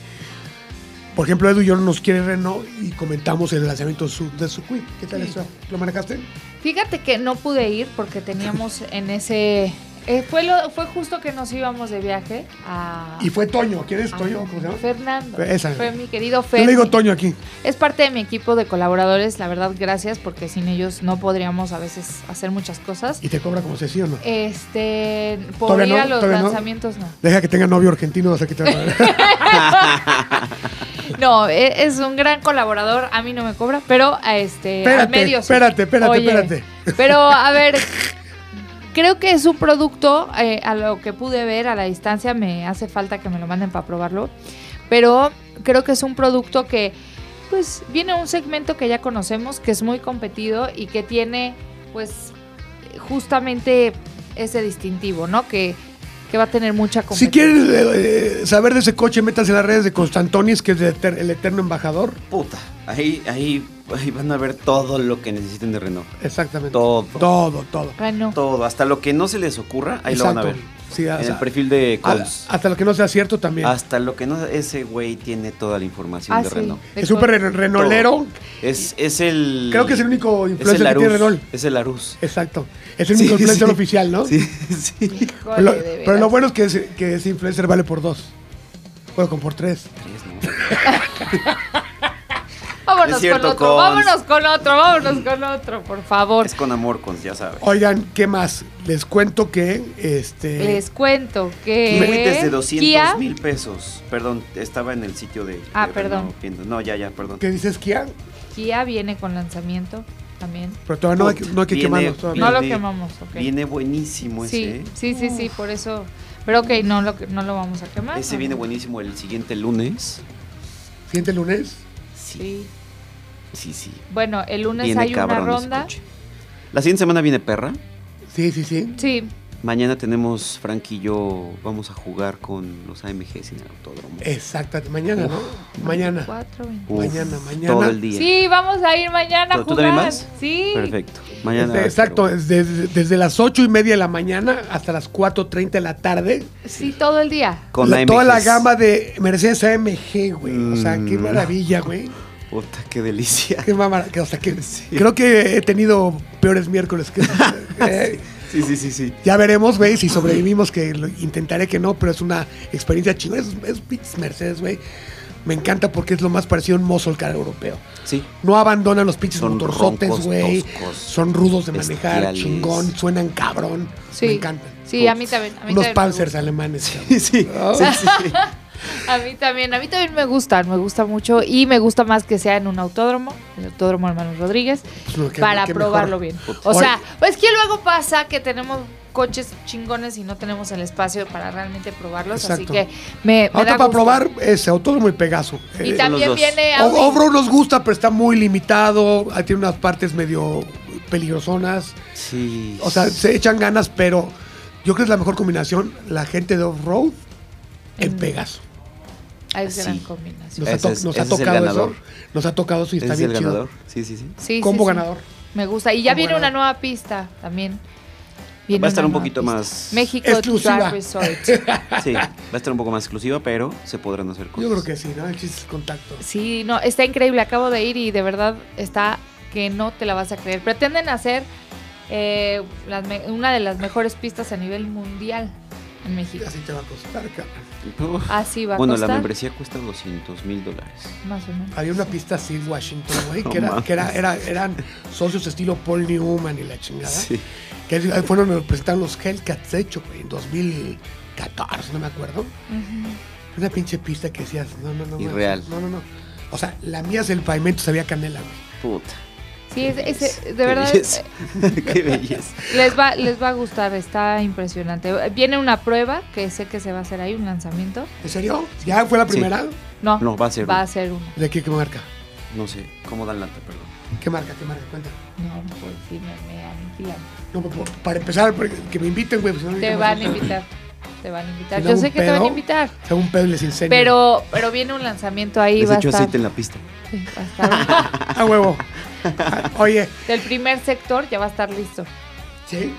Speaker 1: Por ejemplo, Edu y yo no nos quiere Renault y comentamos el lanzamiento de su, de su Quid. ¿Qué tal eso? ¿Lo manejaste?
Speaker 2: Fíjate que no pude ir porque teníamos en ese... eh, fue, lo, fue justo que nos íbamos de viaje a...
Speaker 1: Y fue Toño. ¿Quién es
Speaker 2: a-
Speaker 1: Toño? ¿Cómo se llama?
Speaker 2: Fernando.
Speaker 1: Esa.
Speaker 2: Fue mi querido
Speaker 1: Yo
Speaker 2: Fer.
Speaker 1: le digo Toño aquí.
Speaker 2: Es parte de mi equipo de colaboradores, la verdad, gracias, porque sin ellos no podríamos a veces hacer muchas cosas.
Speaker 1: Y te cobra como se sí o no.
Speaker 2: Este, por
Speaker 1: Todavía
Speaker 2: ir
Speaker 1: no,
Speaker 2: a los
Speaker 1: todavía no.
Speaker 2: lanzamientos, no.
Speaker 1: Deja que tenga novio argentino, vas a quitar la-
Speaker 2: No, e- es un gran colaborador, a mí no me cobra, pero a este, al
Speaker 1: Espérate,
Speaker 2: medio sí.
Speaker 1: espérate, espérate,
Speaker 2: Oye,
Speaker 1: espérate.
Speaker 2: Pero a ver, creo que es un producto, eh, a lo que pude ver a la distancia, me hace falta que me lo manden para probarlo, pero creo que es un producto que pues viene un segmento que ya conocemos, que es muy competido y que tiene pues justamente ese distintivo, ¿no? Que, que va a tener mucha competencia.
Speaker 1: Si quieres eh, eh, saber de ese coche, métase en las redes de Constantonis, que es de eter- el eterno embajador.
Speaker 3: Puta. Ahí, ahí, ahí van a ver todo lo que necesiten de Renault.
Speaker 1: Exactamente.
Speaker 3: Todo.
Speaker 1: Todo, todo.
Speaker 2: Ah, no.
Speaker 3: Todo. Hasta lo que no se les ocurra, ahí lo van a ver.
Speaker 1: Sí, o
Speaker 3: en
Speaker 1: sea,
Speaker 3: el perfil de
Speaker 1: a-
Speaker 3: Coles.
Speaker 1: hasta lo que no sea cierto también.
Speaker 3: Hasta lo que no. Ese güey tiene toda la información
Speaker 2: Ah,
Speaker 3: de
Speaker 2: sí,
Speaker 3: Renault.
Speaker 2: de
Speaker 1: es súper re-
Speaker 3: Todo.
Speaker 1: renolero.
Speaker 3: Es, es el.
Speaker 1: Creo que es el único
Speaker 3: Es el
Speaker 1: influencer que
Speaker 3: Arús.
Speaker 1: tiene Renault.
Speaker 3: Es el Arús.
Speaker 1: Exacto. Es el único
Speaker 3: Sí,
Speaker 1: influencer
Speaker 3: sí.
Speaker 1: oficial, ¿no?
Speaker 3: Sí, sí.
Speaker 2: Híjole,
Speaker 1: Pero, lo-
Speaker 2: de
Speaker 1: pero
Speaker 2: veras.
Speaker 1: lo bueno es que, es- que ese influencer vale por dos. Bueno, con por tres.
Speaker 3: Tres, ¿no?
Speaker 2: Vámonos
Speaker 3: Es cierto,
Speaker 2: con otro,
Speaker 3: cons.
Speaker 2: vámonos con otro, vámonos con otro, por favor.
Speaker 3: Es con amor, con, ya sabes.
Speaker 1: Oigan, ¿qué más? Les cuento que este.
Speaker 2: Les cuento que
Speaker 3: Kiwi desde 200
Speaker 2: Kia-
Speaker 3: mil pesos. Perdón, estaba en el sitio de.
Speaker 2: Ah,
Speaker 3: de
Speaker 2: perdón.
Speaker 3: Renault viendo. No, ya, ya, perdón.
Speaker 1: ¿Qué dices, Kia?
Speaker 2: Kia viene con lanzamiento también.
Speaker 1: Pero todavía no hay, que- no hay que
Speaker 3: Viene-
Speaker 1: quemarlos todavía.
Speaker 2: No lo
Speaker 3: viene-
Speaker 2: quemamos, ok.
Speaker 3: Viene buenísimo
Speaker 2: Sí,
Speaker 3: ese. ¿eh?
Speaker 2: sí, sí, sí, por eso. Pero ok, no lo, no lo vamos a quemar.
Speaker 3: Ese
Speaker 2: no,
Speaker 3: viene
Speaker 2: no.
Speaker 3: buenísimo el siguiente lunes.
Speaker 1: Siguiente lunes.
Speaker 3: Sí,
Speaker 2: Sí.
Speaker 3: sí, sí.
Speaker 2: Bueno, el lunes
Speaker 3: Viene
Speaker 2: hay una
Speaker 3: cabrón ese
Speaker 2: ronda.
Speaker 3: coche. La siguiente semana viene perra.
Speaker 1: Sí, sí, sí.
Speaker 2: Sí,
Speaker 3: Mañana tenemos Frank y yo vamos a jugar con los AMGs en el autódromo.
Speaker 1: Eh, Exacto. Mañana, ¿no? Mañana.
Speaker 2: cuatro. veinte.
Speaker 3: Uf,
Speaker 1: mañana, mañana.
Speaker 3: Todo el día.
Speaker 2: Sí, vamos a ir mañana a
Speaker 3: ¿Tú-
Speaker 2: jugar.
Speaker 3: tú también vas?
Speaker 2: Sí.
Speaker 3: Perfecto.
Speaker 1: Este,
Speaker 3: Mañana.
Speaker 1: exacto,
Speaker 3: pero-
Speaker 1: desde, desde las ocho y media de la mañana hasta las 4.30 de la tarde.
Speaker 2: Sí, todo el día.
Speaker 3: Con
Speaker 1: La- toda la
Speaker 3: AMGs.
Speaker 1: gama de Mercedes AMG, güey. O sea, qué
Speaker 3: Mm.
Speaker 1: maravilla, güey.
Speaker 3: Puta, qué delicia.
Speaker 1: Qué mamá. O sea, que, Creo que he tenido peores miércoles que eh,
Speaker 3: Sí, sí, sí, sí.
Speaker 1: Ya veremos, güey, si sobrevivimos, que lo- intentaré que no, pero es una experiencia chingona. Es, es pinches Mercedes, güey. Me encanta porque es lo más parecido a un muscle car europeo.
Speaker 3: Sí.
Speaker 1: No abandonan los pinches
Speaker 3: Son
Speaker 1: motorzotes,
Speaker 3: roncos,
Speaker 1: güey.
Speaker 3: toscos,
Speaker 1: Son rudos de manejar,
Speaker 3: bestiales.
Speaker 1: chingón, suenan cabrón.
Speaker 2: Sí.
Speaker 1: Me encantan.
Speaker 2: Sí, a mí también. A mí
Speaker 1: Unos
Speaker 2: también me
Speaker 1: panzers alemanes. cabrón. Ah,
Speaker 3: Sí, sí.
Speaker 2: A mí también, a mí también me gustan, me gusta mucho y me gusta más que sea en un autódromo, el autódromo Hermanos Rodríguez,
Speaker 1: Pues lo que-
Speaker 2: para
Speaker 1: qué mejor.
Speaker 2: probarlo bien. O
Speaker 1: Oye.
Speaker 2: sea, pues que luego pasa que tenemos coches chingones y no tenemos el espacio para realmente probarlos,
Speaker 1: Exacto.
Speaker 2: así que me, me
Speaker 1: Ahorita
Speaker 2: da
Speaker 1: para
Speaker 2: gusto.
Speaker 1: probar es Autódromo y Pegaso.
Speaker 2: Y
Speaker 1: Eh,
Speaker 3: los
Speaker 2: también
Speaker 3: dos.
Speaker 2: viene
Speaker 1: O-
Speaker 2: Audi.
Speaker 1: Obro nos gusta, pero está muy limitado. Ah, Tiene unas partes medio peligrosonas.
Speaker 3: Sí.
Speaker 1: O sea, se echan ganas, pero yo creo que es la mejor combinación la gente de off-road en
Speaker 2: Mm.
Speaker 1: Pegaso.
Speaker 2: Ahí Ah, es gran
Speaker 3: Sí.
Speaker 2: combinación.
Speaker 1: Nos, ha,
Speaker 3: Ese
Speaker 1: to-
Speaker 3: es-
Speaker 1: nos ha
Speaker 3: ese es el
Speaker 1: tocado eso.
Speaker 3: ganador.
Speaker 1: Nos ha tocado eso y
Speaker 3: Ese
Speaker 1: está
Speaker 3: es
Speaker 1: bien
Speaker 3: el
Speaker 1: chido.
Speaker 3: ganador. Sí, sí, sí.
Speaker 2: Sí, sí,
Speaker 1: Combo
Speaker 2: sí.
Speaker 1: ganador.
Speaker 2: Me gusta. Y ya
Speaker 1: Combo
Speaker 2: viene
Speaker 1: ganador.
Speaker 2: una nueva pista también. Viene
Speaker 3: Va a estar
Speaker 2: una
Speaker 3: un
Speaker 2: nueva
Speaker 3: poquito
Speaker 2: pista.
Speaker 3: más.
Speaker 2: México
Speaker 1: Exclusiva.
Speaker 2: Drag Resort.
Speaker 3: Sí, va a estar un poco más exclusiva, pero se podrán hacer cosas.
Speaker 1: Yo creo que sí, ¿no? El chiste es contacto.
Speaker 2: Sí, no, está increíble. Acabo de ir y de verdad está que no te la vas a creer. Pretenden hacer eh, las me- una de las mejores pistas a nivel mundial en México.
Speaker 1: Así te va a costar, cabrón.
Speaker 3: Uf.
Speaker 2: Así va a
Speaker 3: Bueno, la
Speaker 2: costar.
Speaker 3: membresía cuesta 200 mil dólares.
Speaker 2: Más o menos.
Speaker 1: Había una pista así en Washington, güey,
Speaker 3: No
Speaker 1: que, era,
Speaker 3: mames.
Speaker 1: que era, era- eran socios estilo Paul Newman y la chingada.
Speaker 3: Sí.
Speaker 1: Que ahí fueron donde presentaron los Hellcats, de hecho, güey, en 2014, no me acuerdo. Una pinche pista que decías, no, no, no. güey,
Speaker 3: Irreal.
Speaker 1: No, no, no. O sea, la mía es el pavimento, sabía canela, güey.
Speaker 3: Puta.
Speaker 2: Sí, es- es- eh,
Speaker 3: Qué
Speaker 2: de verdad
Speaker 3: belleza. Qué belleza.
Speaker 2: Les va, les va a gustar, está impresionante. Viene una prueba que sé que se va a hacer ahí, un lanzamiento.
Speaker 1: ¿En serio? ¿Ya fue la primera?
Speaker 2: No,
Speaker 3: No, va a ser
Speaker 2: Va
Speaker 3: una.
Speaker 2: a ser una.
Speaker 1: ¿De qué, qué marca?
Speaker 3: No sé, ¿cómo dan lata? Perdón.
Speaker 1: ¿Qué marca? ¿Qué marca? Cuenta.
Speaker 2: No, pues sí, me, me aniquilan.
Speaker 1: No, po- para empezar, porque- que me inviten, güey. pues, no,
Speaker 2: Te
Speaker 1: ahorita
Speaker 2: van a
Speaker 1: me-
Speaker 2: invitar. Te van a invitar.
Speaker 1: Si no,
Speaker 2: Yo
Speaker 1: un
Speaker 2: sé que te van a
Speaker 1: pedo,
Speaker 2: invitar.
Speaker 1: Tengo un pedo y les incendio.
Speaker 2: Pero, pero viene un lanzamiento ahí,
Speaker 3: Les
Speaker 2: va a,
Speaker 3: echo
Speaker 2: estar,
Speaker 3: aceite en la pista.
Speaker 2: sí, va a estar-
Speaker 1: A Ah, huevo. Oye,
Speaker 2: Del primer sector ya va a estar listo.
Speaker 1: ¿sí?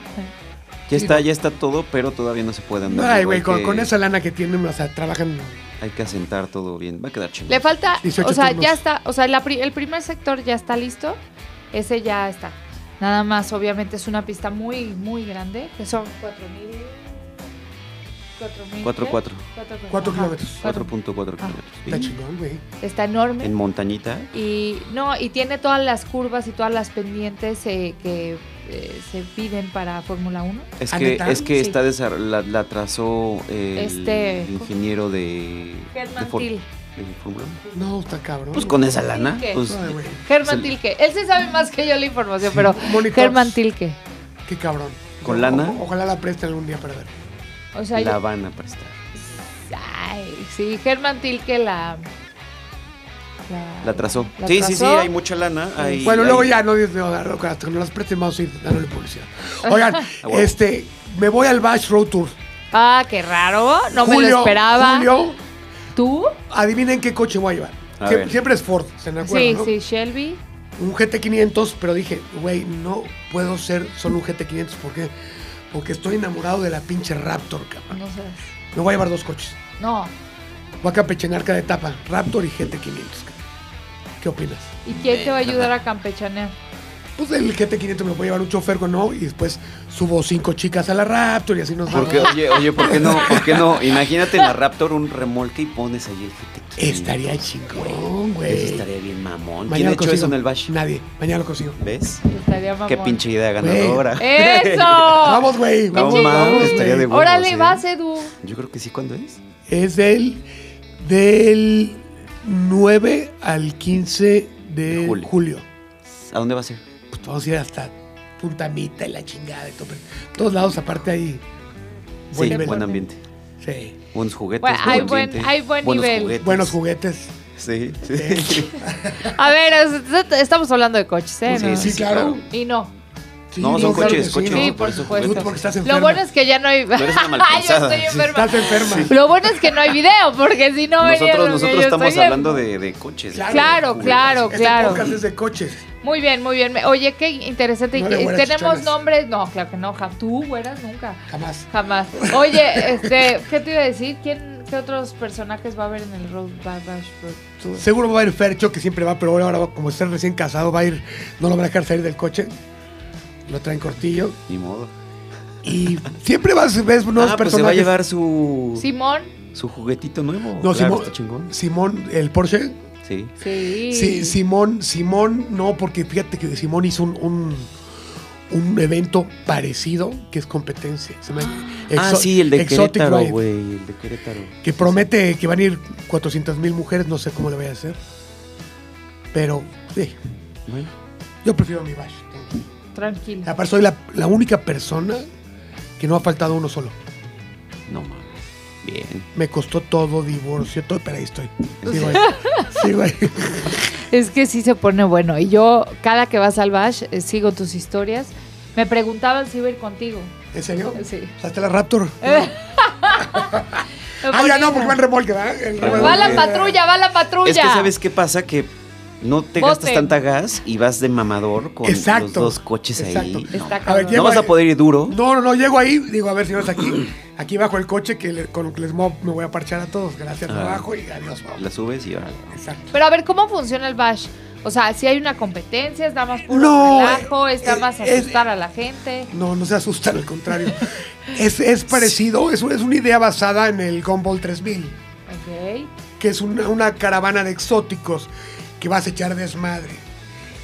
Speaker 3: Ya está, ya está todo, pero todavía no se puede andar.
Speaker 1: Ay,
Speaker 3: Digo,
Speaker 1: güey,
Speaker 3: hay
Speaker 1: con,
Speaker 3: que-
Speaker 1: con esa lana que tienen, o sea, trabajan.
Speaker 3: Hay que asentar todo bien. Va a quedar chido.
Speaker 2: Le falta,
Speaker 1: 18
Speaker 2: o sea,
Speaker 1: turnos.
Speaker 2: ya está, o sea, la pri- el primer sector ya está listo, ese ya está. Nada más, obviamente, es una pista muy, muy grande, que son 4.000... 4.000...
Speaker 3: Cuatro,
Speaker 2: ¿qué?
Speaker 3: cuatro.
Speaker 2: Cuatro, cuatro,
Speaker 1: Cuatro
Speaker 2: ajá,
Speaker 1: kilómetros.
Speaker 2: cuatro.
Speaker 3: 4.4
Speaker 2: Ah,
Speaker 3: kilómetros.
Speaker 1: Está
Speaker 3: Sí.
Speaker 1: chingón, güey.
Speaker 2: Está enorme.
Speaker 3: En montañita.
Speaker 2: Y no, y tiene todas las curvas y todas las pendientes eh, que eh, se piden para Fórmula 1.
Speaker 3: Es
Speaker 1: ¿Ah,
Speaker 3: que,
Speaker 1: neta?
Speaker 3: es que
Speaker 2: Sí.
Speaker 3: está desar- la, la trazó el
Speaker 2: Este-
Speaker 3: ingeniero de.
Speaker 2: Germán
Speaker 3: de for-
Speaker 2: Til.
Speaker 3: de Fórmula uno.
Speaker 1: No, está cabrón.
Speaker 3: Pues con esa lana.
Speaker 2: ¿Qué?
Speaker 3: Pues,
Speaker 1: Ay, güey.
Speaker 2: Germán
Speaker 3: Sí.
Speaker 2: Tilke. Él se sabe más que yo la información, pero
Speaker 1: Moni
Speaker 2: Germán
Speaker 1: Cox.
Speaker 2: Tilke.
Speaker 1: Qué cabrón.
Speaker 3: ¿Con
Speaker 1: O-
Speaker 3: lana?
Speaker 1: o- ojalá la presten algún día para ver.
Speaker 2: O sea,
Speaker 3: la
Speaker 2: yo-
Speaker 3: van a prestar.
Speaker 2: ay, sí, Germán Tilke la... La,
Speaker 3: La trazó.
Speaker 2: la
Speaker 3: sí, sí, sí,
Speaker 2: trazó.
Speaker 3: hay mucha lana. hay-
Speaker 1: bueno,
Speaker 3: hay-
Speaker 1: luego ya no dices, no, no, hasta que no las presten, vamos a ir dándole publicidad. Oigan,
Speaker 3: Ah,
Speaker 1: este, me voy al Bash Road Tour.
Speaker 2: Ah, qué raro. No me
Speaker 1: Julio-
Speaker 2: lo esperaba.
Speaker 1: Julio,
Speaker 2: ¿Tú?
Speaker 1: adivinen qué coche voy a llevar.
Speaker 3: A
Speaker 1: Siem-
Speaker 3: ver.
Speaker 1: siempre es Ford, ¿se me acuerdan?
Speaker 2: sí,
Speaker 1: no?
Speaker 2: sí, Shelby.
Speaker 1: Un GT500, pero dije, güey, no puedo ser solo un GT500. ¿Por qué? Porque estoy enamorado de la pinche Raptor, cabrón.
Speaker 2: No sé.
Speaker 1: Me voy a llevar dos coches.
Speaker 2: No.
Speaker 1: Voy a campechanar cada etapa. Raptor y GT500, cabrón. ¿Qué opinas?
Speaker 2: ¿Y quién te va a ayudar a campechanear?
Speaker 1: Pues el GT500 me lo puede llevar un chofer con no y después subo cinco chicas a la Raptor y así nos vamos.
Speaker 3: Porque, oye, oye, ¿por qué no? ¿Por qué no? Imagínate en la Raptor un remolque y pones ahí el GT500.
Speaker 1: Estaría chingón,
Speaker 3: Eso
Speaker 1: güey.
Speaker 3: estaría bien
Speaker 1: Mañana
Speaker 3: mamón. ¿Quién ha
Speaker 1: lo
Speaker 3: hecho
Speaker 1: consigo.
Speaker 3: eso en el Bash?
Speaker 1: Nadie. Mañana lo consigo.
Speaker 3: ¿Ves?
Speaker 2: Estaría mamón.
Speaker 3: Qué pinche idea ganadora.
Speaker 2: ¡Eso!
Speaker 1: Vamos, güey.
Speaker 3: No
Speaker 1: Vamos,
Speaker 3: mames,
Speaker 1: vamos,
Speaker 3: estaría
Speaker 1: güey.
Speaker 3: de-
Speaker 2: Órale,
Speaker 3: huevos,
Speaker 2: vas,
Speaker 3: ¿eh?
Speaker 2: Edu.
Speaker 3: Yo creo que sí, ¿cuándo es?
Speaker 1: Es del, del 9 al 15 de
Speaker 3: De julio.
Speaker 1: julio.
Speaker 3: ¿A dónde va a ser?
Speaker 1: Pues vamos a ir hasta Puntamita y la chingada y todo. pero Todos lados, aparte ahí.
Speaker 3: Sí,
Speaker 1: Buen nivel.
Speaker 3: buen ambiente.
Speaker 1: Sí.
Speaker 3: Buenos juguetes.
Speaker 2: Bueno, hay
Speaker 3: buen
Speaker 2: buen-
Speaker 3: ambiente,
Speaker 2: hay buen
Speaker 3: buenos
Speaker 2: nivel.
Speaker 3: Juguetes.
Speaker 1: Buenos juguetes.
Speaker 3: Sí, sí.
Speaker 2: A ver, es- estamos hablando de coches, ¿eh?
Speaker 3: Sí,
Speaker 2: ¿No?
Speaker 1: sí, claro.
Speaker 2: Y no.
Speaker 3: No, son
Speaker 1: claro
Speaker 3: coches,
Speaker 1: que
Speaker 3: coches.
Speaker 2: Sí,
Speaker 3: no,
Speaker 2: por
Speaker 3: por eso
Speaker 2: supuesto.
Speaker 1: juguetes. Porque estás
Speaker 2: Lo
Speaker 1: enferma.
Speaker 2: bueno es que ya no hay.
Speaker 3: eres una mal
Speaker 2: Ay, yo
Speaker 3: pensada,
Speaker 2: estoy
Speaker 3: sí.
Speaker 2: enferma.
Speaker 1: Estás enferma.
Speaker 2: Lo bueno es que no hay video, porque si no verían lo
Speaker 3: Nosotros,
Speaker 2: que
Speaker 3: nosotros
Speaker 2: yo
Speaker 3: estamos
Speaker 2: estoy
Speaker 3: hablando
Speaker 2: viendo.
Speaker 3: de, de coches.
Speaker 1: Claro,
Speaker 2: Claro,
Speaker 3: juguetes.
Speaker 2: claro,
Speaker 1: Este
Speaker 2: claro.
Speaker 1: podcast es de coches.
Speaker 2: Muy bien, muy bien. Oye, qué interesante.
Speaker 1: No le
Speaker 2: Y-
Speaker 1: huelas
Speaker 2: Tenemos
Speaker 1: chichones.
Speaker 2: nombres. No, claro que no. jam- Tú, güeras, nunca.
Speaker 1: Jamás.
Speaker 2: Jamás. Oye, este, ¿qué te iba a decir? ¿Quién, ¿Qué otros personajes va a haber en el Road Bash Road Tour?
Speaker 1: Seguro va a ir Fercho, que siempre va, pero ahora, ahora como está recién casado, va a ir, no lo van a dejar salir del coche. Lo traen cortillo.
Speaker 3: Ni modo.
Speaker 1: Y siempre vas, ves nuevos
Speaker 3: ah, pues se va a
Speaker 1: personajes.
Speaker 3: llevar su,
Speaker 2: Simón.
Speaker 3: su juguetito nuevo.
Speaker 1: no,
Speaker 3: claro, está
Speaker 1: Simón,
Speaker 3: chingón.
Speaker 1: Simón, el Porsche.
Speaker 3: Sí.
Speaker 2: Sí.
Speaker 1: Sí, Simón, Simón, no, porque fíjate que Simón hizo un, un, un evento parecido que es competencia. Se llama
Speaker 3: ah,
Speaker 1: Exo-
Speaker 3: sí, el de
Speaker 1: Exotic
Speaker 3: Querétaro,
Speaker 1: Ride,
Speaker 3: güey. El de Querétaro.
Speaker 1: Que promete que van a ir 400 mil mujeres, no sé cómo le voy a hacer. Pero, sí,
Speaker 3: Bueno,
Speaker 1: yo prefiero mi Bash.
Speaker 2: Tranquilo.
Speaker 1: Aparte, soy la, la única persona que no ha faltado uno solo.
Speaker 3: no mames. Bien.
Speaker 1: Me costó todo, divorcio, todo, pero ahí estoy. Sigo ahí. Sigo ahí.
Speaker 2: Es que sí se pone bueno. Y yo, cada que vas al Bash, eh, sigo tus historias. Me preguntaban si iba a ir contigo.
Speaker 1: ¿En serio?
Speaker 2: Sí. Eh,
Speaker 1: ¿Hasta la Raptor?
Speaker 2: Me
Speaker 1: ah, ya
Speaker 2: ponían-
Speaker 1: no, porque va en remolque, ¿verdad? El remolque.
Speaker 2: Va la patrulla, va la patrulla.
Speaker 3: Es que sabes qué pasa que no te gastas
Speaker 2: Voten.
Speaker 3: tanta gas y vas de mamador con
Speaker 1: Exacto.
Speaker 3: los dos coches ahí.
Speaker 1: Exacto.
Speaker 3: No,
Speaker 2: Está
Speaker 1: A ver,
Speaker 2: cabrón.
Speaker 3: no
Speaker 1: llego
Speaker 3: vas a
Speaker 1: ahí-
Speaker 3: poder ir duro.
Speaker 1: No, no, no, llego ahí, digo, a ver si no es aquí. Aquí bajo el coche que le- con lo que les muevo me voy a parchar a todos. Gracias,
Speaker 3: Ah.
Speaker 1: trabajo y adiós. vamos.
Speaker 3: La subes y ahora.
Speaker 1: Exacto.
Speaker 2: Pero a ver, ¿cómo funciona el Bash? O sea, si hay una competencia, está más puro
Speaker 1: No,
Speaker 2: relajo,
Speaker 1: eh,
Speaker 2: está más
Speaker 1: eh,
Speaker 2: asustar a la gente.
Speaker 1: No, no se asustan, al contrario. es, es parecido, es, es una idea basada en el Gumball 3000,
Speaker 2: Ok.
Speaker 1: que es una, una caravana de exóticos que vas a echar desmadre.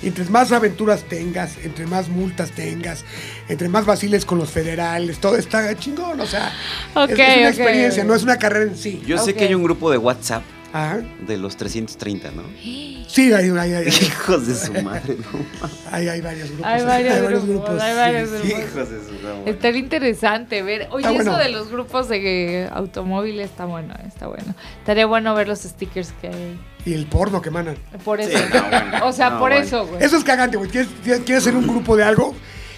Speaker 1: Entre más aventuras tengas, entre más multas tengas, entre más vaciles con los federales, todo está chingón, o sea, es-
Speaker 2: Ok,
Speaker 1: es, una
Speaker 2: ok.
Speaker 1: experiencia, no es una carrera en sí.
Speaker 3: Yo sé
Speaker 2: Ok.
Speaker 3: que hay un grupo de WhatsApp
Speaker 1: Ajá.
Speaker 3: de los 330, ¿no?
Speaker 1: Sí, hay, hay, hay, hay-
Speaker 3: Hijos de su madre, ¿no?
Speaker 1: hay- hay varios grupos.
Speaker 2: Hay varios grupos, hay varios
Speaker 1: sí, sí.
Speaker 2: grupos.
Speaker 3: Hijos de su madre.
Speaker 2: Está interesante ver. Oye,
Speaker 1: Está
Speaker 2: eso
Speaker 1: bueno.
Speaker 2: de los grupos de eh, automóviles está bueno, eh, está bueno. Estaría bueno ver los stickers que hay.
Speaker 1: Y el porno que manan.
Speaker 2: Por eso.
Speaker 3: no, bueno,
Speaker 2: o sea,
Speaker 3: no,
Speaker 2: por
Speaker 3: bueno.
Speaker 2: eso, güey.
Speaker 1: Eso es cagante, güey. ¿Quieres, quieres- quieres hacer un grupo de algo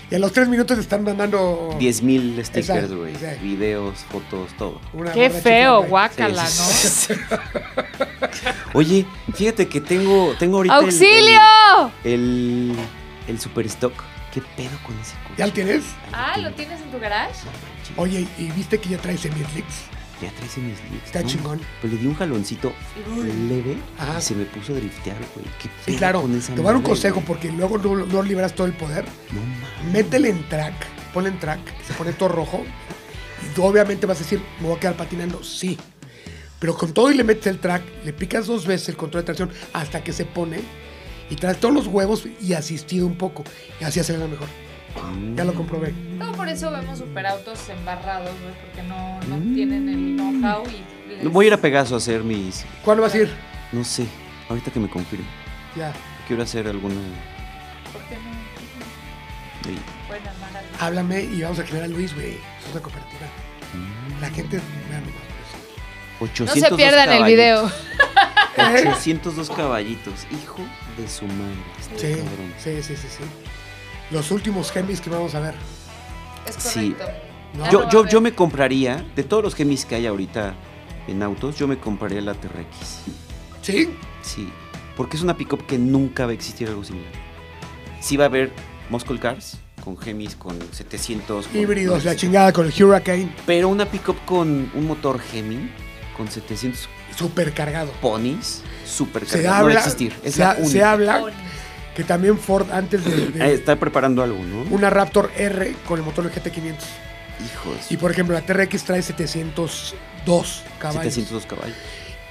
Speaker 1: y a los tres minutos te están mandando...
Speaker 3: 10.000 stickers,
Speaker 1: Exacto,
Speaker 3: güey.
Speaker 1: sí.
Speaker 3: Videos, fotos, todo.
Speaker 1: una
Speaker 2: Qué
Speaker 1: gorda
Speaker 2: feo,
Speaker 1: chica, güey.
Speaker 2: guácala,
Speaker 3: Sí,
Speaker 2: ¿no?
Speaker 3: sí, sí, sí. Oye, fíjate que tengo, tengo ahorita. el-
Speaker 2: ¡Auxilio!
Speaker 3: El, el, el super stock. ¿Qué pedo con ese coche?
Speaker 1: ¿Ya lo tienes?
Speaker 2: Ah, ¿lo tienes en tu garage?
Speaker 3: tengo.
Speaker 1: Oye, ¿y viste que ya traes en Netflix?
Speaker 3: Ya traes en mis leaks.
Speaker 1: Está chingón.
Speaker 3: Pues le di un jaloncito leve
Speaker 1: Ajá.
Speaker 3: y se me puso a driftear, güey. ¿Qué
Speaker 1: Sí,
Speaker 3: pedo
Speaker 1: claro.
Speaker 3: con esa
Speaker 1: Te voy a dar un
Speaker 3: madre,
Speaker 1: consejo
Speaker 3: güey?
Speaker 1: porque luego no, no liberas todo el poder.
Speaker 3: No mames.
Speaker 1: Métele en track, ponle en track, se pone todo rojo. Y tú obviamente vas a decir, me voy a quedar patinando. Sí. Pero con todo y le metes el track, le picas dos veces el control de tracción hasta que se pone y traes todos los huevos y asistido un poco. Y así acelera mejor. Ya lo comprobé.
Speaker 2: No, por eso vemos superautos embarrados, güey, porque no, no tienen el know-how y... les-
Speaker 3: Mm. Voy a ir a Pegaso a hacer mis.
Speaker 1: ¿Cuándo vas a ir?
Speaker 3: No sé. Ahorita que me confirme.
Speaker 1: Ya.
Speaker 3: Quiero hacer alguna.
Speaker 2: ¿Por qué no?
Speaker 3: ahí.
Speaker 2: Bueno, maravilla.
Speaker 3: Ah,
Speaker 1: Háblame y vamos a generar a Luis, güey. Es una cooperativa.
Speaker 3: Mm.
Speaker 1: La gente... mira nomás.
Speaker 3: 802
Speaker 2: No se pierdan el
Speaker 3: caballitos.
Speaker 2: video.
Speaker 3: 802 caballitos. Hijo de su madre. Este
Speaker 1: Sí,
Speaker 3: cabrón.
Speaker 1: sí, sí, sí, sí. Los últimos Hemis que vamos a ver.
Speaker 2: Es
Speaker 3: Sí.
Speaker 2: correcto.
Speaker 1: ¿no?
Speaker 2: Ya
Speaker 3: Yo,
Speaker 2: no
Speaker 3: yo,
Speaker 2: va a
Speaker 3: yo
Speaker 2: haber.
Speaker 3: me compraría, de todos los gemis que hay ahorita en autos, yo me compraría la TRX.
Speaker 1: ¿Sí?
Speaker 3: Sí, porque es una pickup que nunca va a existir algo similar. Sí va a haber Muscle Cars con gemis, con 700. con-
Speaker 1: Híbridos, la chingada con el Hurricane.
Speaker 3: Pero una pickup con un motor Hemi, con 700
Speaker 1: Supercargado.
Speaker 3: ponies, super
Speaker 1: Se
Speaker 3: no va a
Speaker 1: habla,
Speaker 3: existir. Es
Speaker 1: se,
Speaker 3: la
Speaker 1: ha- se
Speaker 3: única.
Speaker 1: habla que también Ford antes de, de
Speaker 3: Eh, Está preparando algo, ¿no?
Speaker 1: una Raptor R con el motor GT500.
Speaker 3: Hijo de su-
Speaker 1: Y por ejemplo, la TRX trae 702 caballos.
Speaker 3: 702 caballos.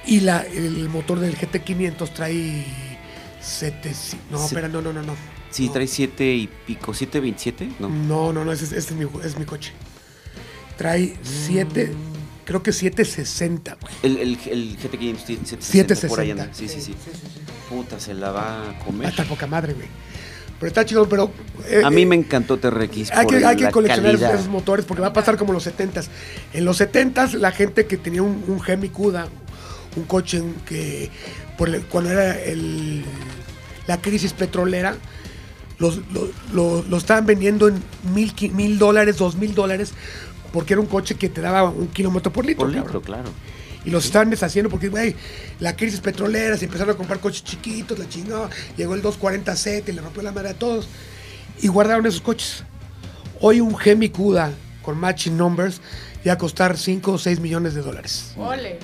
Speaker 1: Y la, el motor del GT500 trae 700. No,
Speaker 3: Se-
Speaker 1: espera, no, no, no. no.
Speaker 3: Sí,
Speaker 1: No. Mm.
Speaker 3: trae 7 y pico. ¿727? No.
Speaker 1: No, no, no, ese, es- ese es, mi, es mi coche. Trae 7, creo que 760, güey.
Speaker 3: El, el, el GT500 tiene 760 por ahí
Speaker 1: 760.
Speaker 3: anda. Sí, sí, sí. Puta, se la va a
Speaker 1: Va a
Speaker 3: comer.
Speaker 1: estar poca madre, güey. Pero está chido, pero. eh,
Speaker 3: A mí
Speaker 1: eh,
Speaker 3: me encantó TRX.
Speaker 1: Hay que,
Speaker 3: por
Speaker 1: hay que
Speaker 3: la
Speaker 1: coleccionar
Speaker 3: calidad.
Speaker 1: esos motores porque va a pasar como los 70s. En los 70s, la gente que tenía un, un Hemi Cuda, un coche en que por el- cuando era el- la crisis petrolera, los, lo, lo- lo estaban vendiendo en mil, qui- mil dólares, dos mil dólares, porque era un coche que te daba un kilómetro por litro.
Speaker 3: Por
Speaker 1: cabrón.
Speaker 3: litro, claro.
Speaker 1: Y los estaban deshaciendo porque, güey, la crisis petrolera, se empezaron a comprar coches chiquitos, la chingada. Llegó el 240Z y le rompió la madre a todos. Y guardaron esos coches. Hoy un Hemi Cuda con matching numbers ya a costar 5 o 6 millones de dólares.
Speaker 2: Ole.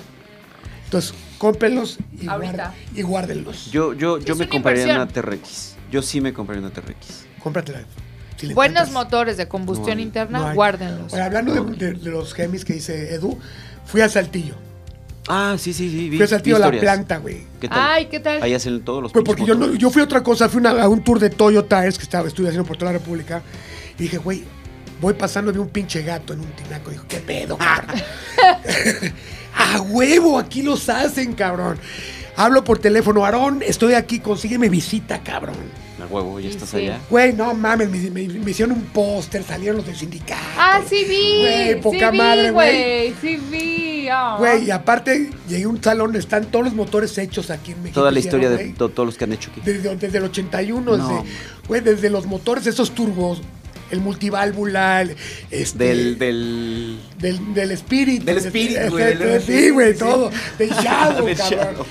Speaker 1: Entonces, cómpenlos y,
Speaker 2: Ahorita.
Speaker 1: guarda- y guárdenlos.
Speaker 3: Yo, yo,
Speaker 2: Es
Speaker 3: yo me
Speaker 2: una
Speaker 3: compraría una
Speaker 2: inversión.
Speaker 3: TRX. Yo sí me compraría una TRX.
Speaker 1: Cómpratela. si la
Speaker 2: Buenos
Speaker 1: encuentras.
Speaker 2: motores de combustión
Speaker 3: No hay-
Speaker 2: interna,
Speaker 1: No hay-
Speaker 2: guárdenlos.
Speaker 1: Ahora, hablando de, de- de los Hemis que dice Edu, fui a Saltillo.
Speaker 3: Ah, sí, sí, sí. Vi,
Speaker 1: Fui a Saltillo a la
Speaker 3: historias.
Speaker 1: planta, güey.
Speaker 3: ¿Qué tal?
Speaker 2: Ay, ¿qué tal?
Speaker 3: Ahí hacen todos los
Speaker 1: Pues
Speaker 3: pinches
Speaker 1: porque yo, no-
Speaker 3: motores.
Speaker 1: yo fui a otra cosa, fui una- a un tour de Toyota Tires que estaba, estuve haciendo por toda la República. Y dije, güey, voy pasando, vi un pinche gato en un tinaco. Dijo, ¿qué pedo,
Speaker 2: Ah.
Speaker 1: cabrón? a huevo, aquí los hacen, cabrón. Hablo por teléfono, Aarón, estoy aquí, consígueme visita, cabrón.
Speaker 3: A huevo, ya
Speaker 2: Sí,
Speaker 3: estás
Speaker 2: sí.
Speaker 3: allá.
Speaker 1: Güey, no mames, me, me- me hicieron un póster, salieron los del sindicato.
Speaker 2: Ah, sí vi.
Speaker 1: Güey,
Speaker 2: sí
Speaker 1: poca
Speaker 2: vi,
Speaker 1: madre,
Speaker 2: güey. Sí vi. ah.
Speaker 1: Güey, y aparte, llegué a un salón, están todos los motores hechos aquí en México.
Speaker 3: Toda la
Speaker 1: hicieron,
Speaker 3: historia de
Speaker 1: Pues güey.
Speaker 3: to- todos los que han hecho aquí.
Speaker 1: Desde, desde el 81,
Speaker 3: No,
Speaker 1: desde,
Speaker 3: man.
Speaker 1: güey, desde los motores, esos turbos, el multiválvula, el- este,
Speaker 3: Del, del...
Speaker 1: del, del Spirit.
Speaker 3: Del Spirit, güey,
Speaker 1: este,
Speaker 3: del
Speaker 1: Sí, güey,
Speaker 3: sí.
Speaker 1: todo. Del Shadow,
Speaker 3: Del
Speaker 1: cabrón.
Speaker 3: Shadow.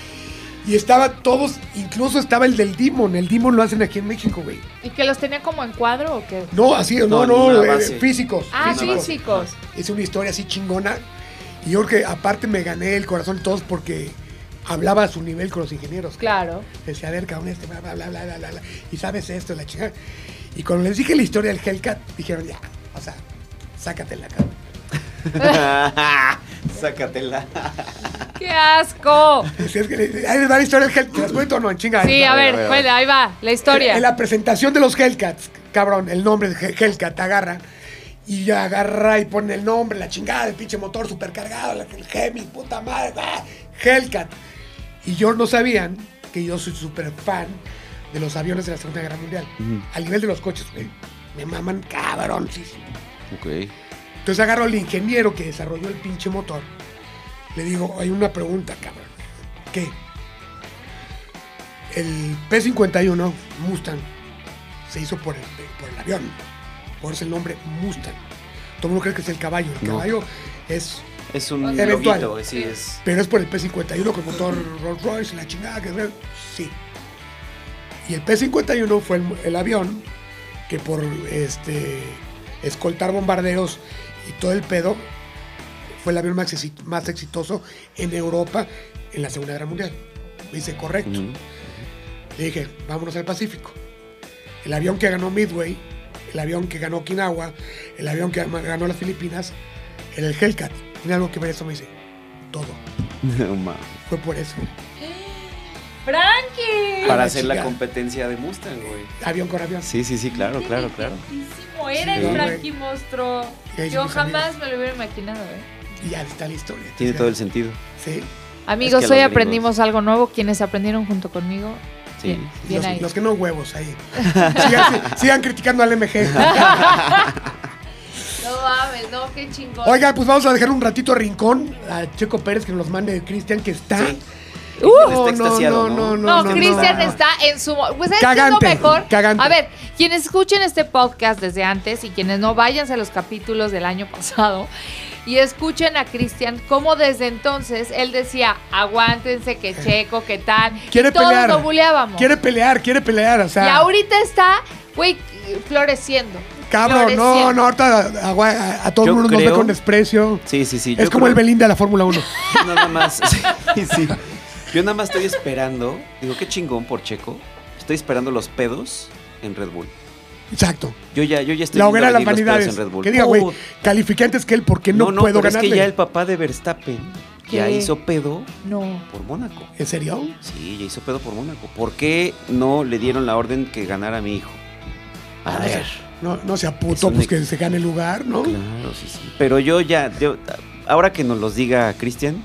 Speaker 1: Y estaba todos, incluso estaba el del Demon. El Demon lo hacen aquí en México, güey.
Speaker 2: ¿Y que los tenía como en cuadro o qué?
Speaker 1: No, así, no,
Speaker 3: No,
Speaker 1: no,
Speaker 3: ninguna
Speaker 1: eh,
Speaker 3: base.
Speaker 1: físicos.
Speaker 2: Ah,
Speaker 3: Físicos.
Speaker 2: físicos.
Speaker 1: Es una historia así chingona. Y yo creo que aparte me gané el corazón de todos porque hablaba a su nivel con los ingenieros.
Speaker 2: Claro.
Speaker 1: Decía, a ver, cabrón, este, bla, bla, bla, bla, bla, bla, y sabes esto, la chingada. Y cuando les dije la historia del Hellcat, dijeron, ya, o sea, sácatela, cabrón.
Speaker 3: Sácatela.
Speaker 2: ¡Qué asco!
Speaker 1: Si es que le- Ahí les va la historia del Hellcat. ¿Las cuento o no? En chinga.
Speaker 2: Sí, a
Speaker 3: a ver,
Speaker 2: ver,
Speaker 3: a ver.
Speaker 2: bueno, ahí va, la historia.
Speaker 1: En la presentación de los Hellcats, cabrón, el nombre de Hel- Hellcat agarra. Y ya agarra y pone el nombre, la chingada, el pinche motor supercargado, la- el Gemis, puta madre, ah, Hellcat. Y yo no sabían que yo soy súper fan de los aviones de la Segunda Guerra Mundial. Al nivel de los coches, güey. Me maman cabrón. sí, sí.
Speaker 3: Ok.
Speaker 1: Entonces agarro al ingeniero que desarrolló el pinche motor. Le digo, hay una pregunta, cabrón. ¿Qué? El P-51 Mustang se hizo por el, por el avión. Por eso el nombre Mustang. Todo el mundo cree que es el caballo. El
Speaker 3: No.
Speaker 1: caballo es...
Speaker 3: Es un
Speaker 1: Eventual.
Speaker 3: loguito, sí, es.
Speaker 1: Pero es por el P-51 con motor Rolls Royce, la chingada que... Sí. Y el P-51 fue el, el avión que por este escoltar bombarderos y todo el pedo fue el avión más, exi- más exitoso en Europa en la Segunda Guerra Mundial. Me dice, correcto.
Speaker 3: Ujú.
Speaker 1: Le dije, vámonos al Pacífico. El avión que ganó Midway, el avión que ganó Okinawa, el avión que ama- ganó las Filipinas, era el Hellcat. Tiene algo que ver eso, me dice. Todo.
Speaker 3: No, ma.
Speaker 1: Fue por eso.
Speaker 2: ¡Frankie!
Speaker 3: Para hacer la
Speaker 1: chica.
Speaker 3: competencia de Mustang, güey.
Speaker 1: Avión con avión.
Speaker 3: Sí, sí, sí, claro, claro, claro.
Speaker 2: Inteligentísimo Era el
Speaker 3: Sí.
Speaker 2: Frankie monstruo.
Speaker 1: Y ahí
Speaker 2: Yo
Speaker 1: mis
Speaker 2: jamás me lo hubiera imaginado, ¿eh?
Speaker 1: Y ya está la historia.
Speaker 3: Tiene
Speaker 1: Ya.
Speaker 3: todo el sentido.
Speaker 1: Sí.
Speaker 2: Amigos,
Speaker 3: Es que
Speaker 2: hoy
Speaker 3: los gringos-
Speaker 2: aprendimos algo nuevo. Quienes aprendieron junto conmigo,
Speaker 3: Sí.
Speaker 2: bien, bien
Speaker 1: Los,
Speaker 2: ahí.
Speaker 1: los que no huevos ahí. Sigan, sigan criticando al MG.
Speaker 2: No mames, no, qué chingón.
Speaker 1: Oiga, pues vamos a dejar un ratito rincón a Checo Pérez que nos mande Cristian que está.
Speaker 3: Sí.
Speaker 2: Uh,
Speaker 3: Está extasiado, ¿no?
Speaker 2: no, Cristian está en su. Pues ¿sabes qué es lo
Speaker 1: Cagante,
Speaker 2: mejor.
Speaker 1: cagante.
Speaker 2: A ver, quienes escuchen este podcast desde antes y quienes no váyanse a los capítulos del año pasado y escuchen a Cristian cómo desde entonces él decía, aguántense, que checo, que tal.
Speaker 1: Quiere
Speaker 2: y todos
Speaker 1: pelear.
Speaker 2: lo buleábamos.
Speaker 1: Quiere pelear, quiere pelear. O sea,
Speaker 2: Y ahorita está, güey, floreciendo.
Speaker 1: cabrón, no,
Speaker 2: floreciendo.
Speaker 1: no, ahorita agua- a, a todo el
Speaker 3: Yo
Speaker 1: mundo nos ve
Speaker 3: creo-
Speaker 1: con desprecio.
Speaker 3: Sí, sí, sí.
Speaker 1: es
Speaker 3: yo
Speaker 1: como
Speaker 3: creo-
Speaker 1: el Belinda de la Fórmula 1.
Speaker 3: Yo nada más. Sí, sí. Yo nada más estoy esperando. Digo, qué chingón por Checo. Estoy esperando los pedos en Red Bull.
Speaker 1: Exacto.
Speaker 3: Yo ya, yo ya estoy
Speaker 1: la
Speaker 3: viendo
Speaker 1: hoguera de las
Speaker 3: venir los pedos
Speaker 1: vanidades.
Speaker 3: en Red Bull.
Speaker 1: Que diga, güey,
Speaker 3: Puta.
Speaker 1: calificantes que él porque no, puedo
Speaker 3: pero
Speaker 1: ganarle.
Speaker 3: Es que ya el papá de Verstappen ya
Speaker 2: ¿Qué?
Speaker 3: hizo pedo
Speaker 2: No.
Speaker 3: por Mónaco.
Speaker 1: ¿En serio?
Speaker 3: Sí, ya hizo pedo por Mónaco. ¿Por qué no le dieron la orden que ganara a mi hijo? A ver.
Speaker 1: No, no sea
Speaker 3: Es
Speaker 1: puto,
Speaker 3: un
Speaker 1: pues que
Speaker 3: ex-
Speaker 1: se gane el lugar, ¿no?
Speaker 3: Claro, sí, sí. Pero yo ya, yo- ahora que nos los diga Cristian,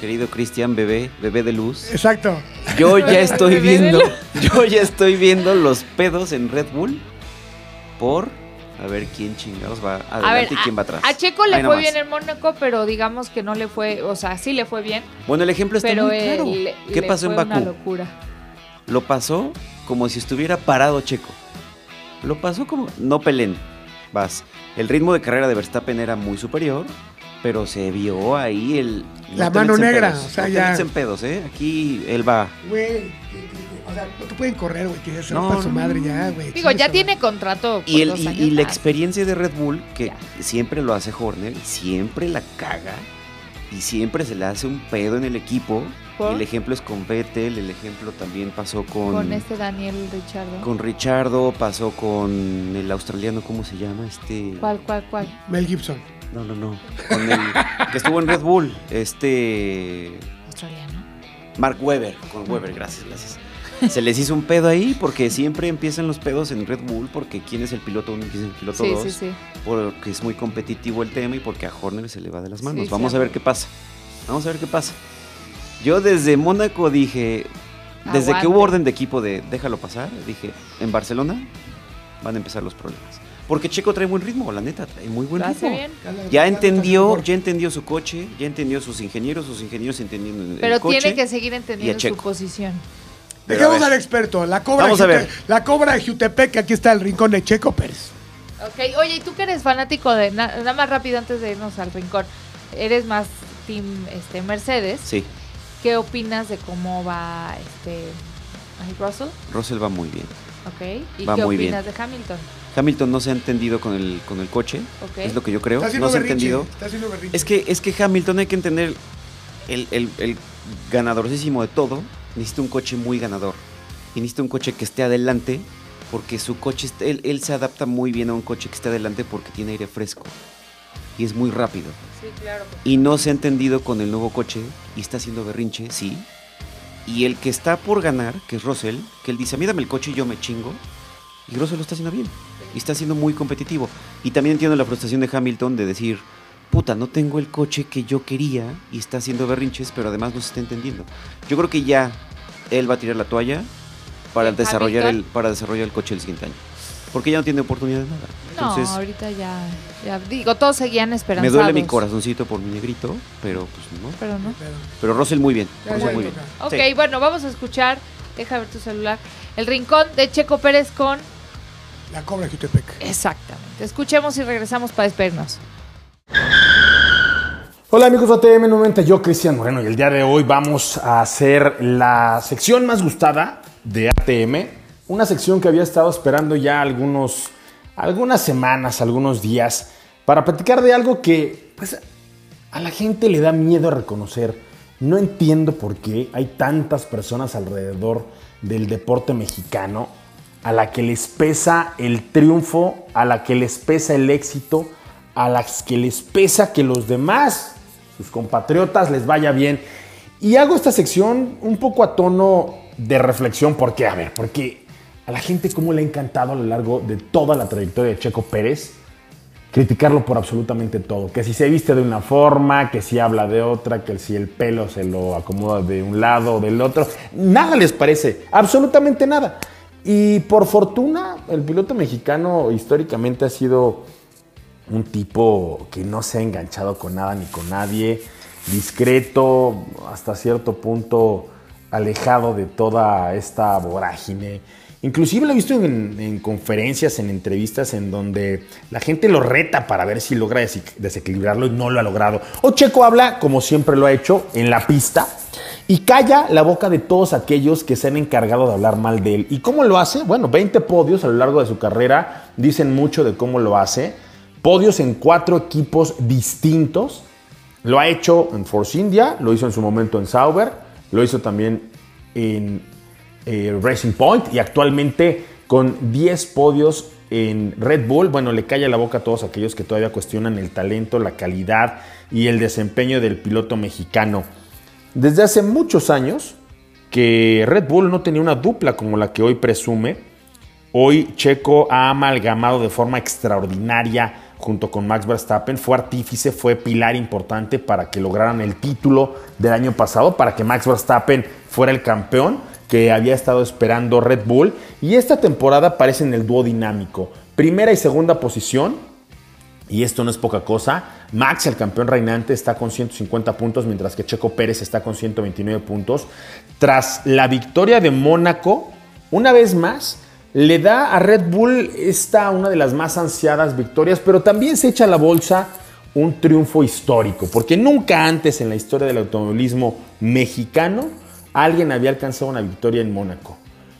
Speaker 3: querido Cristian, bebé, bebé de luz,
Speaker 1: Exacto.
Speaker 3: yo ya estoy
Speaker 2: Bebé de
Speaker 3: viendo, yo ya estoy viendo los pedos en Red Bull por a ver quién chingados va adelante
Speaker 2: A ver,
Speaker 3: y quién
Speaker 2: a,
Speaker 3: va atrás.
Speaker 2: a Checo le
Speaker 3: Ahí
Speaker 2: fue
Speaker 3: nomás.
Speaker 2: bien en Mónaco, pero digamos que no le fue, o sea, sí le fue bien,
Speaker 3: Bueno, el ejemplo está
Speaker 2: pero
Speaker 3: muy claro.
Speaker 2: él le-
Speaker 3: ¿Qué
Speaker 2: le
Speaker 3: pasó en
Speaker 2: fue una
Speaker 3: Bakú?
Speaker 2: locura.
Speaker 3: Lo pasó como si estuviera parado Checo. Lo pasó como no peleen. Vas. El ritmo de carrera de Verstappen era muy superior, pero se vio ahí el no
Speaker 1: La
Speaker 3: te
Speaker 1: mano
Speaker 3: metas en
Speaker 1: negra,
Speaker 3: pedos,
Speaker 1: o sea,
Speaker 3: no te
Speaker 1: ya.
Speaker 3: metas en pedos, ¿eh? Aquí él va.
Speaker 1: Güey, o sea, no te pueden correr, güey, que ya se
Speaker 3: No,
Speaker 1: rompa su
Speaker 3: no,
Speaker 1: madre ya, güey.
Speaker 2: Digo,
Speaker 1: Chingue
Speaker 2: ya
Speaker 1: su
Speaker 2: tiene contrato. por
Speaker 3: Y, el,
Speaker 2: dos
Speaker 3: y,
Speaker 2: años
Speaker 3: y la
Speaker 2: más.
Speaker 3: experiencia de Red Bull, que
Speaker 2: Ya.
Speaker 3: siempre lo hace Horner, siempre la caga y siempre se le hace un pedo en el equipo.
Speaker 2: ¿Por?
Speaker 3: Y el ejemplo es con Vettel, el ejemplo también pasó con,
Speaker 2: Con este Daniel Richardo.
Speaker 3: con Richardo, pasó con el australiano, ¿cómo se llama? Este.
Speaker 2: ¿Cuál, cuál, cuál?
Speaker 1: madre. Mel Gibson.
Speaker 3: No, no, no. Con el que estuvo en Red Bull, este.
Speaker 2: Australiano.
Speaker 3: Mark Webber. Con Webber, gracias, gracias. Se les hizo un pedo ahí porque siempre empiezan los pedos en Red Bull porque quién es el piloto uno, quién es el piloto
Speaker 2: Sí,
Speaker 3: dos,
Speaker 2: sí, sí.
Speaker 3: porque es muy competitivo el tema y porque a Horner se le va de las manos.
Speaker 2: Sí,
Speaker 3: Vamos
Speaker 2: sí.
Speaker 3: a ver qué pasa. Vamos a ver qué pasa. Yo desde Mónaco dije, desde
Speaker 2: Aguante.
Speaker 3: que hubo orden de equipo de déjalo pasar, dije, en Barcelona van a empezar los problemas. Porque Checo trae buen ritmo, la neta, trae muy buen
Speaker 2: ¿Lo hace
Speaker 3: ritmo.
Speaker 2: bien?
Speaker 3: Ya entendió, ya entendió su coche, ya entendió sus ingenieros, sus ingenieros entendiendo el- el
Speaker 2: Pero
Speaker 3: coche.
Speaker 2: tiene que seguir entendiendo su
Speaker 3: Checo.
Speaker 2: posición.
Speaker 3: Pero
Speaker 1: Dejemos
Speaker 3: a
Speaker 1: al
Speaker 3: ver.
Speaker 1: experto, la cobra,
Speaker 3: Vamos
Speaker 1: de
Speaker 3: a ver.
Speaker 1: Jute- la cobra de Jutepec, aquí está el rincón de Checo Pérez.
Speaker 2: Ok, oye, ¿y tú que eres fanático de. na- nada más rápido antes de irnos al rincón. Eres más Team este, Mercedes.
Speaker 3: Sí,
Speaker 2: ¿Qué opinas de cómo va este. ay, Russell?
Speaker 3: Russell va muy bien.
Speaker 2: Ok. ¿Y
Speaker 3: Va
Speaker 2: qué
Speaker 3: muy
Speaker 2: opinas de Hamilton?
Speaker 3: Hamilton no se ha entendido con el, con el coche,
Speaker 2: Ok.
Speaker 3: es lo que yo creo.
Speaker 1: Está
Speaker 3: No se
Speaker 1: haciendo
Speaker 3: ha
Speaker 1: berrinche,
Speaker 3: entendido.
Speaker 1: Está haciendo berrinche.
Speaker 3: Es que, es que Hamilton hay que entender el, el- el ganadorcísimo de todo, necesita un coche muy ganador. Y necesita un coche que esté adelante, porque su coche, está- él, él se adapta muy bien a un coche que esté adelante porque tiene aire fresco. Y es muy rápido.
Speaker 2: Sí, claro.
Speaker 3: Y no se ha entendido con el nuevo coche y está haciendo berrinche, sí. Y el que está por ganar, que es Russell, que él dice, a mí dame el coche y yo me chingo. Y Russell lo está haciendo bien. Y está siendo muy competitivo. Y también entiendo la frustración de Hamilton de decir, puta, no tengo el coche que yo quería y está haciendo berrinches, pero además no se está entendiendo. Yo creo que ya él va a tirar la toalla para
Speaker 2: ¿El
Speaker 3: desarrollar el,
Speaker 2: Hamilton?
Speaker 3: para desarrollar el coche el siguiente año. Porque ya no tiene oportunidad de nada. Entonces,
Speaker 2: no, ahorita ya, ya. Digo, todos seguían
Speaker 3: me
Speaker 2: esperanzados.
Speaker 3: duele mi corazoncito por mi negrito, pero pues no.
Speaker 2: Pero no.
Speaker 3: Pero Russell muy bien.
Speaker 1: Ya,
Speaker 3: Russell
Speaker 1: ya
Speaker 3: muy
Speaker 1: le
Speaker 3: bien.
Speaker 2: Ok,
Speaker 3: Sí.
Speaker 2: bueno, vamos a escuchar. Deja ver tu celular. El rincón de Checo Pérez con.
Speaker 1: La cobra Jutepec.
Speaker 2: Exactamente. Escuchemos y regresamos para despedirnos.
Speaker 4: Hola amigos de ATM 90, yo Cristian Moreno y el día de hoy vamos a hacer la sección más gustada de ATM, una sección que había estado esperando ya algunos, algunas semanas, algunos días, para platicar de algo que pues, a la gente le da miedo reconocer. No entiendo por qué hay tantas personas alrededor del deporte mexicano a la que les pesa el triunfo, a la que les pesa el éxito, a las que les pesa que los demás, sus compatriotas, les vaya bien. Y hago esta sección un poco a tono de reflexión, porque, a ver, porque a la gente cómo le ha encantado a lo largo de toda la trayectoria de Checo Pérez criticarlo por absolutamente todo. Que si se viste de una forma, que si habla de otra, que si el pelo se lo acomoda de un lado o del otro. Nada les parece, absolutamente nada. Y por fortuna, el piloto mexicano históricamente ha sido un tipo que no se ha enganchado con nada ni con nadie, discreto, hasta cierto punto alejado de toda esta vorágine. Inclusive lo he visto en, en conferencias, en entrevistas, en donde la gente lo reta para ver si logra desi- desequilibrarlo y no lo ha logrado. O Checo habla, como siempre lo ha hecho, en la pista y calla la boca de todos aquellos que se han encargado de hablar mal de él. ¿Y cómo lo hace? Bueno, 20 podios a lo largo de su carrera dicen mucho de cómo lo hace podios en cuatro equipos distintos. Lo ha hecho en Force India, lo hizo en su momento en Sauber, lo hizo también en eh, Racing Point y actualmente con 10 podios en Red Bull. Bueno, le calla la boca a todos aquellos que todavía cuestionan el talento, la calidad y el desempeño del piloto mexicano. Desde hace muchos años que Red Bull no tenía una dupla como la que hoy presume, Hoy Checo ha amalgamado de forma extraordinaria junto con Max Verstappen. Fue artífice, fue pilar importante para que lograran el título del año pasado, para que Max Verstappen fuera el campeón que había estado esperando Red Bull. Y esta temporada parecen el dúo dinámico. Primera y segunda posición, y esto no es poca cosa. Max, el campeón reinante, está con 150 puntos, mientras que Checo Pérez está con 129 puntos. Tras la victoria de Mónaco, una vez más, le da a Red Bull esta una de las más ansiadas victorias, pero también se echa a la bolsa un triunfo histórico, porque nunca antes en la historia del automovilismo mexicano alguien había alcanzado una victoria en Mónaco.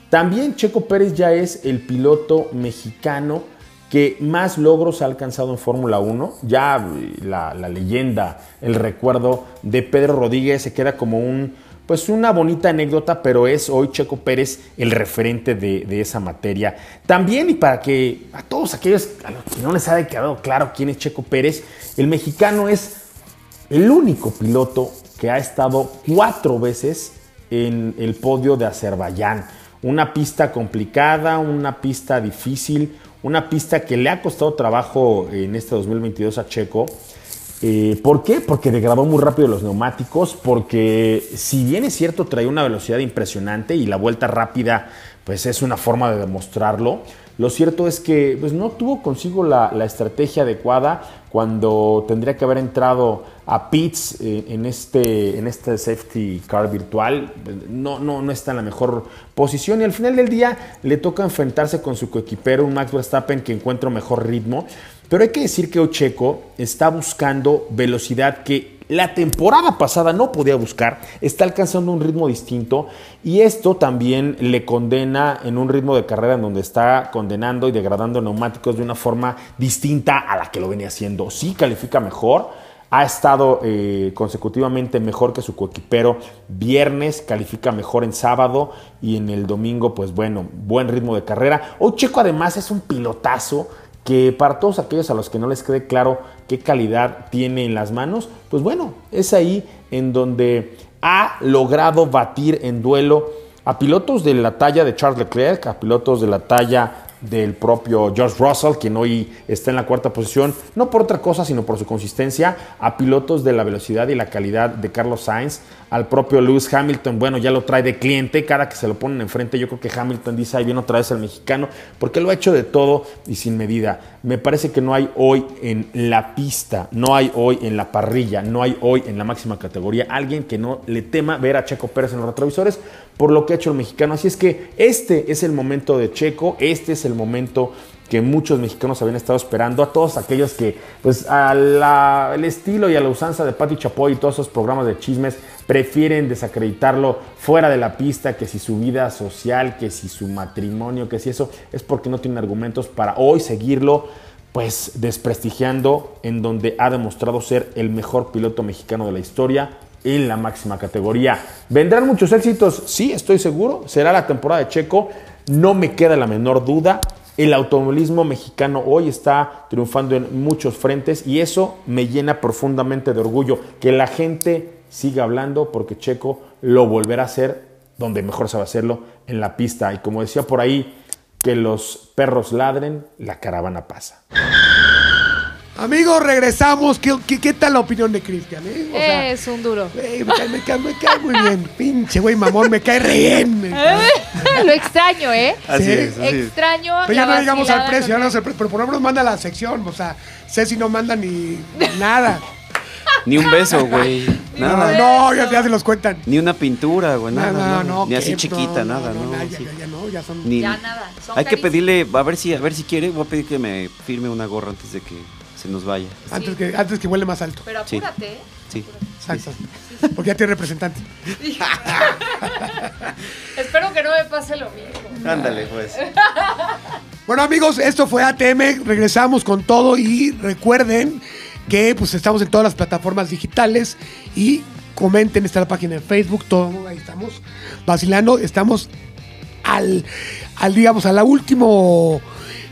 Speaker 4: También Checo Pérez ya es el piloto mexicano que más logros ha alcanzado en Fórmula 1. Ya eh, la, la leyenda, el recuerdo de Pedro Rodríguez se queda como un, pues una bonita anécdota, pero es hoy Checo Pérez el referente de, de esa materia. También, y para que a todos aquellos a los que no les ha quedado claro quién es Checo Pérez, el mexicano es el único piloto que ha estado cuatro veces en el podio de Azerbaiyán. Una pista complicada, una pista difícil, una pista que le ha costado trabajo en este 2022 a Checo. Eh, ¿Por qué? Porque degradó muy rápido los neumáticos, porque si bien es cierto trae una velocidad impresionante y la vuelta rápida pues es una forma de demostrarlo, lo cierto es que pues, no tuvo consigo la, la estrategia adecuada cuando tendría que haber entrado a pits eh, en, este, en este safety car virtual. No, no, no está en la mejor posición y al final del día le toca enfrentarse con su coequipero, un Max Verstappen que encuentra un mejor ritmo. Pero hay que decir que Ocheco está buscando velocidad que la temporada pasada no podía buscar, está alcanzando un ritmo distinto y esto también le condena en un ritmo de carrera en donde está condenando y degradando neumáticos de una forma distinta a la que lo venía haciendo. Sí califica mejor, ha estado eh, consecutivamente mejor que su coequipero. Viernes califica mejor en sábado y en el domingo, pues bueno, buen ritmo de carrera. Hoy Checo además es un pilotazo que para todos aquellos a los que no les quede claro qué calidad tiene en las manos, pues bueno, es ahí en donde ha logrado batir en duelo a pilotos de la talla de Charles Leclerc, a pilotos de la talla del propio George Russell, quien hoy está en la cuarta posición, no por otra cosa, sino por su consistencia, a pilotos de la velocidad y la calidad de Carlos Sainz, al propio Lewis Hamilton, bueno, ya lo trae de cliente, cada que se lo ponen enfrente, yo creo que Hamilton dice, ahí viene otra vez el mexicano, porque lo ha hecho de todo y sin medida. Me parece que no hay hoy en la pista, no hay hoy en la parrilla, no hay hoy en la máxima categoría alguien que no le tema ver a Checo Pérez en los retrovisores, por lo que ha hecho el mexicano. Así es que este es el momento de Checo, este es el momento que muchos mexicanos habían estado esperando, a todos aquellos que, pues, al estilo y a la usanza de Patti Chapoy y todos esos programas de chismes, prefieren desacreditarlo fuera de la pista, que si su vida social, que si su matrimonio, que si eso, es porque no tienen argumentos para hoy seguirlo, pues, desprestigiando en donde ha demostrado ser el mejor piloto mexicano de la historia, en la máxima categoría. ¿Vendrán muchos éxitos? Sí, estoy seguro. Será la temporada de Checo. No me queda la menor duda. El automovilismo mexicano hoy está triunfando en muchos frentes y eso me llena profundamente de orgullo. Que la gente siga hablando porque Checo lo volverá a hacer donde mejor sabe hacerlo, en la pista. Y como decía por ahí, que los perros ladren, la caravana pasa.
Speaker 1: Amigos, regresamos. ¿Qué, qué, qué tal la opinión de Cristian? Eh?
Speaker 2: O sea, es un duro.
Speaker 1: Ey, me, cae, me, cae, me, cae, muy bien. Pinche güey mamón, me cae re bien.
Speaker 2: Lo extraño, ¿eh?
Speaker 3: Así sí. es. Así
Speaker 2: extraño.
Speaker 1: Pero ya no llegamos al precio, ya no pre pero por lo menos manda la sección. O sea, Ceci no manda ni nada.
Speaker 3: Ni un beso, güey. Nada.
Speaker 1: No, no ya, ya, se los cuentan.
Speaker 3: Ni una pintura, güey. Nada, no, no, no, Ni así chiquita, nada, ¿no?
Speaker 1: Ya, sí. ya, ya, no, ya son.
Speaker 2: Ni, ya nada. Son
Speaker 3: hay carísimas. que pedirle, a ver si, a ver si quiere, voy a pedir que me firme una gorra antes de que se nos vaya.
Speaker 1: Sí. Antes, que, antes que vuele más alto.
Speaker 2: Pero apúrate. ¿eh?
Speaker 3: Sí.
Speaker 1: Exacto. Sí. Porque ya tiene representante.
Speaker 2: Espero que no me pase lo mismo.
Speaker 3: Ándale, pues.
Speaker 1: bueno, amigos, esto fue ATM. Regresamos con todo y recuerden que pues estamos en todas las plataformas digitales y comenten, está la página de Facebook, todo, ahí estamos vacilando, estamos al, al digamos, al último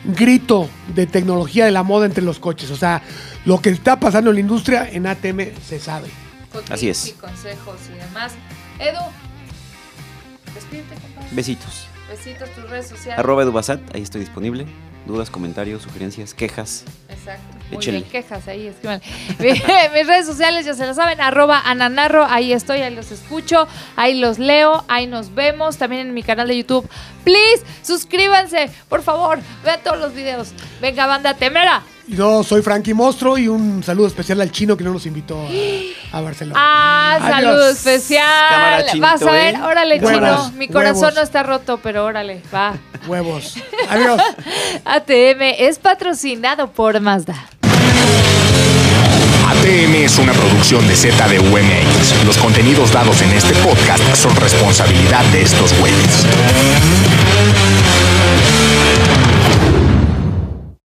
Speaker 1: grito de tecnología de la moda entre los coches. O sea, lo que está pasando en la industria en ATM se sabe.
Speaker 2: Con
Speaker 3: Así es.
Speaker 2: Y consejos y demás. Edu, despídete, compadre.
Speaker 3: Besitos.
Speaker 2: Besitos, tus redes sociales.
Speaker 3: Arroba Edubasat, ahí estoy disponible. Dudas, comentarios, sugerencias, quejas.
Speaker 2: Exacto. Muy Échale. bien, quejas ahí, escriban. Mis redes sociales ya se las saben, arroba ananarro, ahí estoy, ahí los escucho, ahí los leo, ahí nos vemos, también en mi canal de YouTube. Please, suscríbanse, por favor, vean todos los videos. Venga, banda temera.
Speaker 1: Yo soy Frankie Mostro y un saludo especial al chino que no nos invitó a, a Barcelona.
Speaker 2: Ah, saludo especial.
Speaker 3: Chinito,
Speaker 2: Vas a ver,
Speaker 3: ¿eh?
Speaker 2: órale,
Speaker 1: Huevos,
Speaker 2: chino. Mi corazón
Speaker 1: huevos.
Speaker 2: no está roto, pero órale, va.
Speaker 1: Huevos. Adiós.
Speaker 2: ATM es patrocinado por Mazda.
Speaker 5: ATM es una producción de ZDUMX. Los contenidos dados en este podcast son responsabilidad de estos güeyes.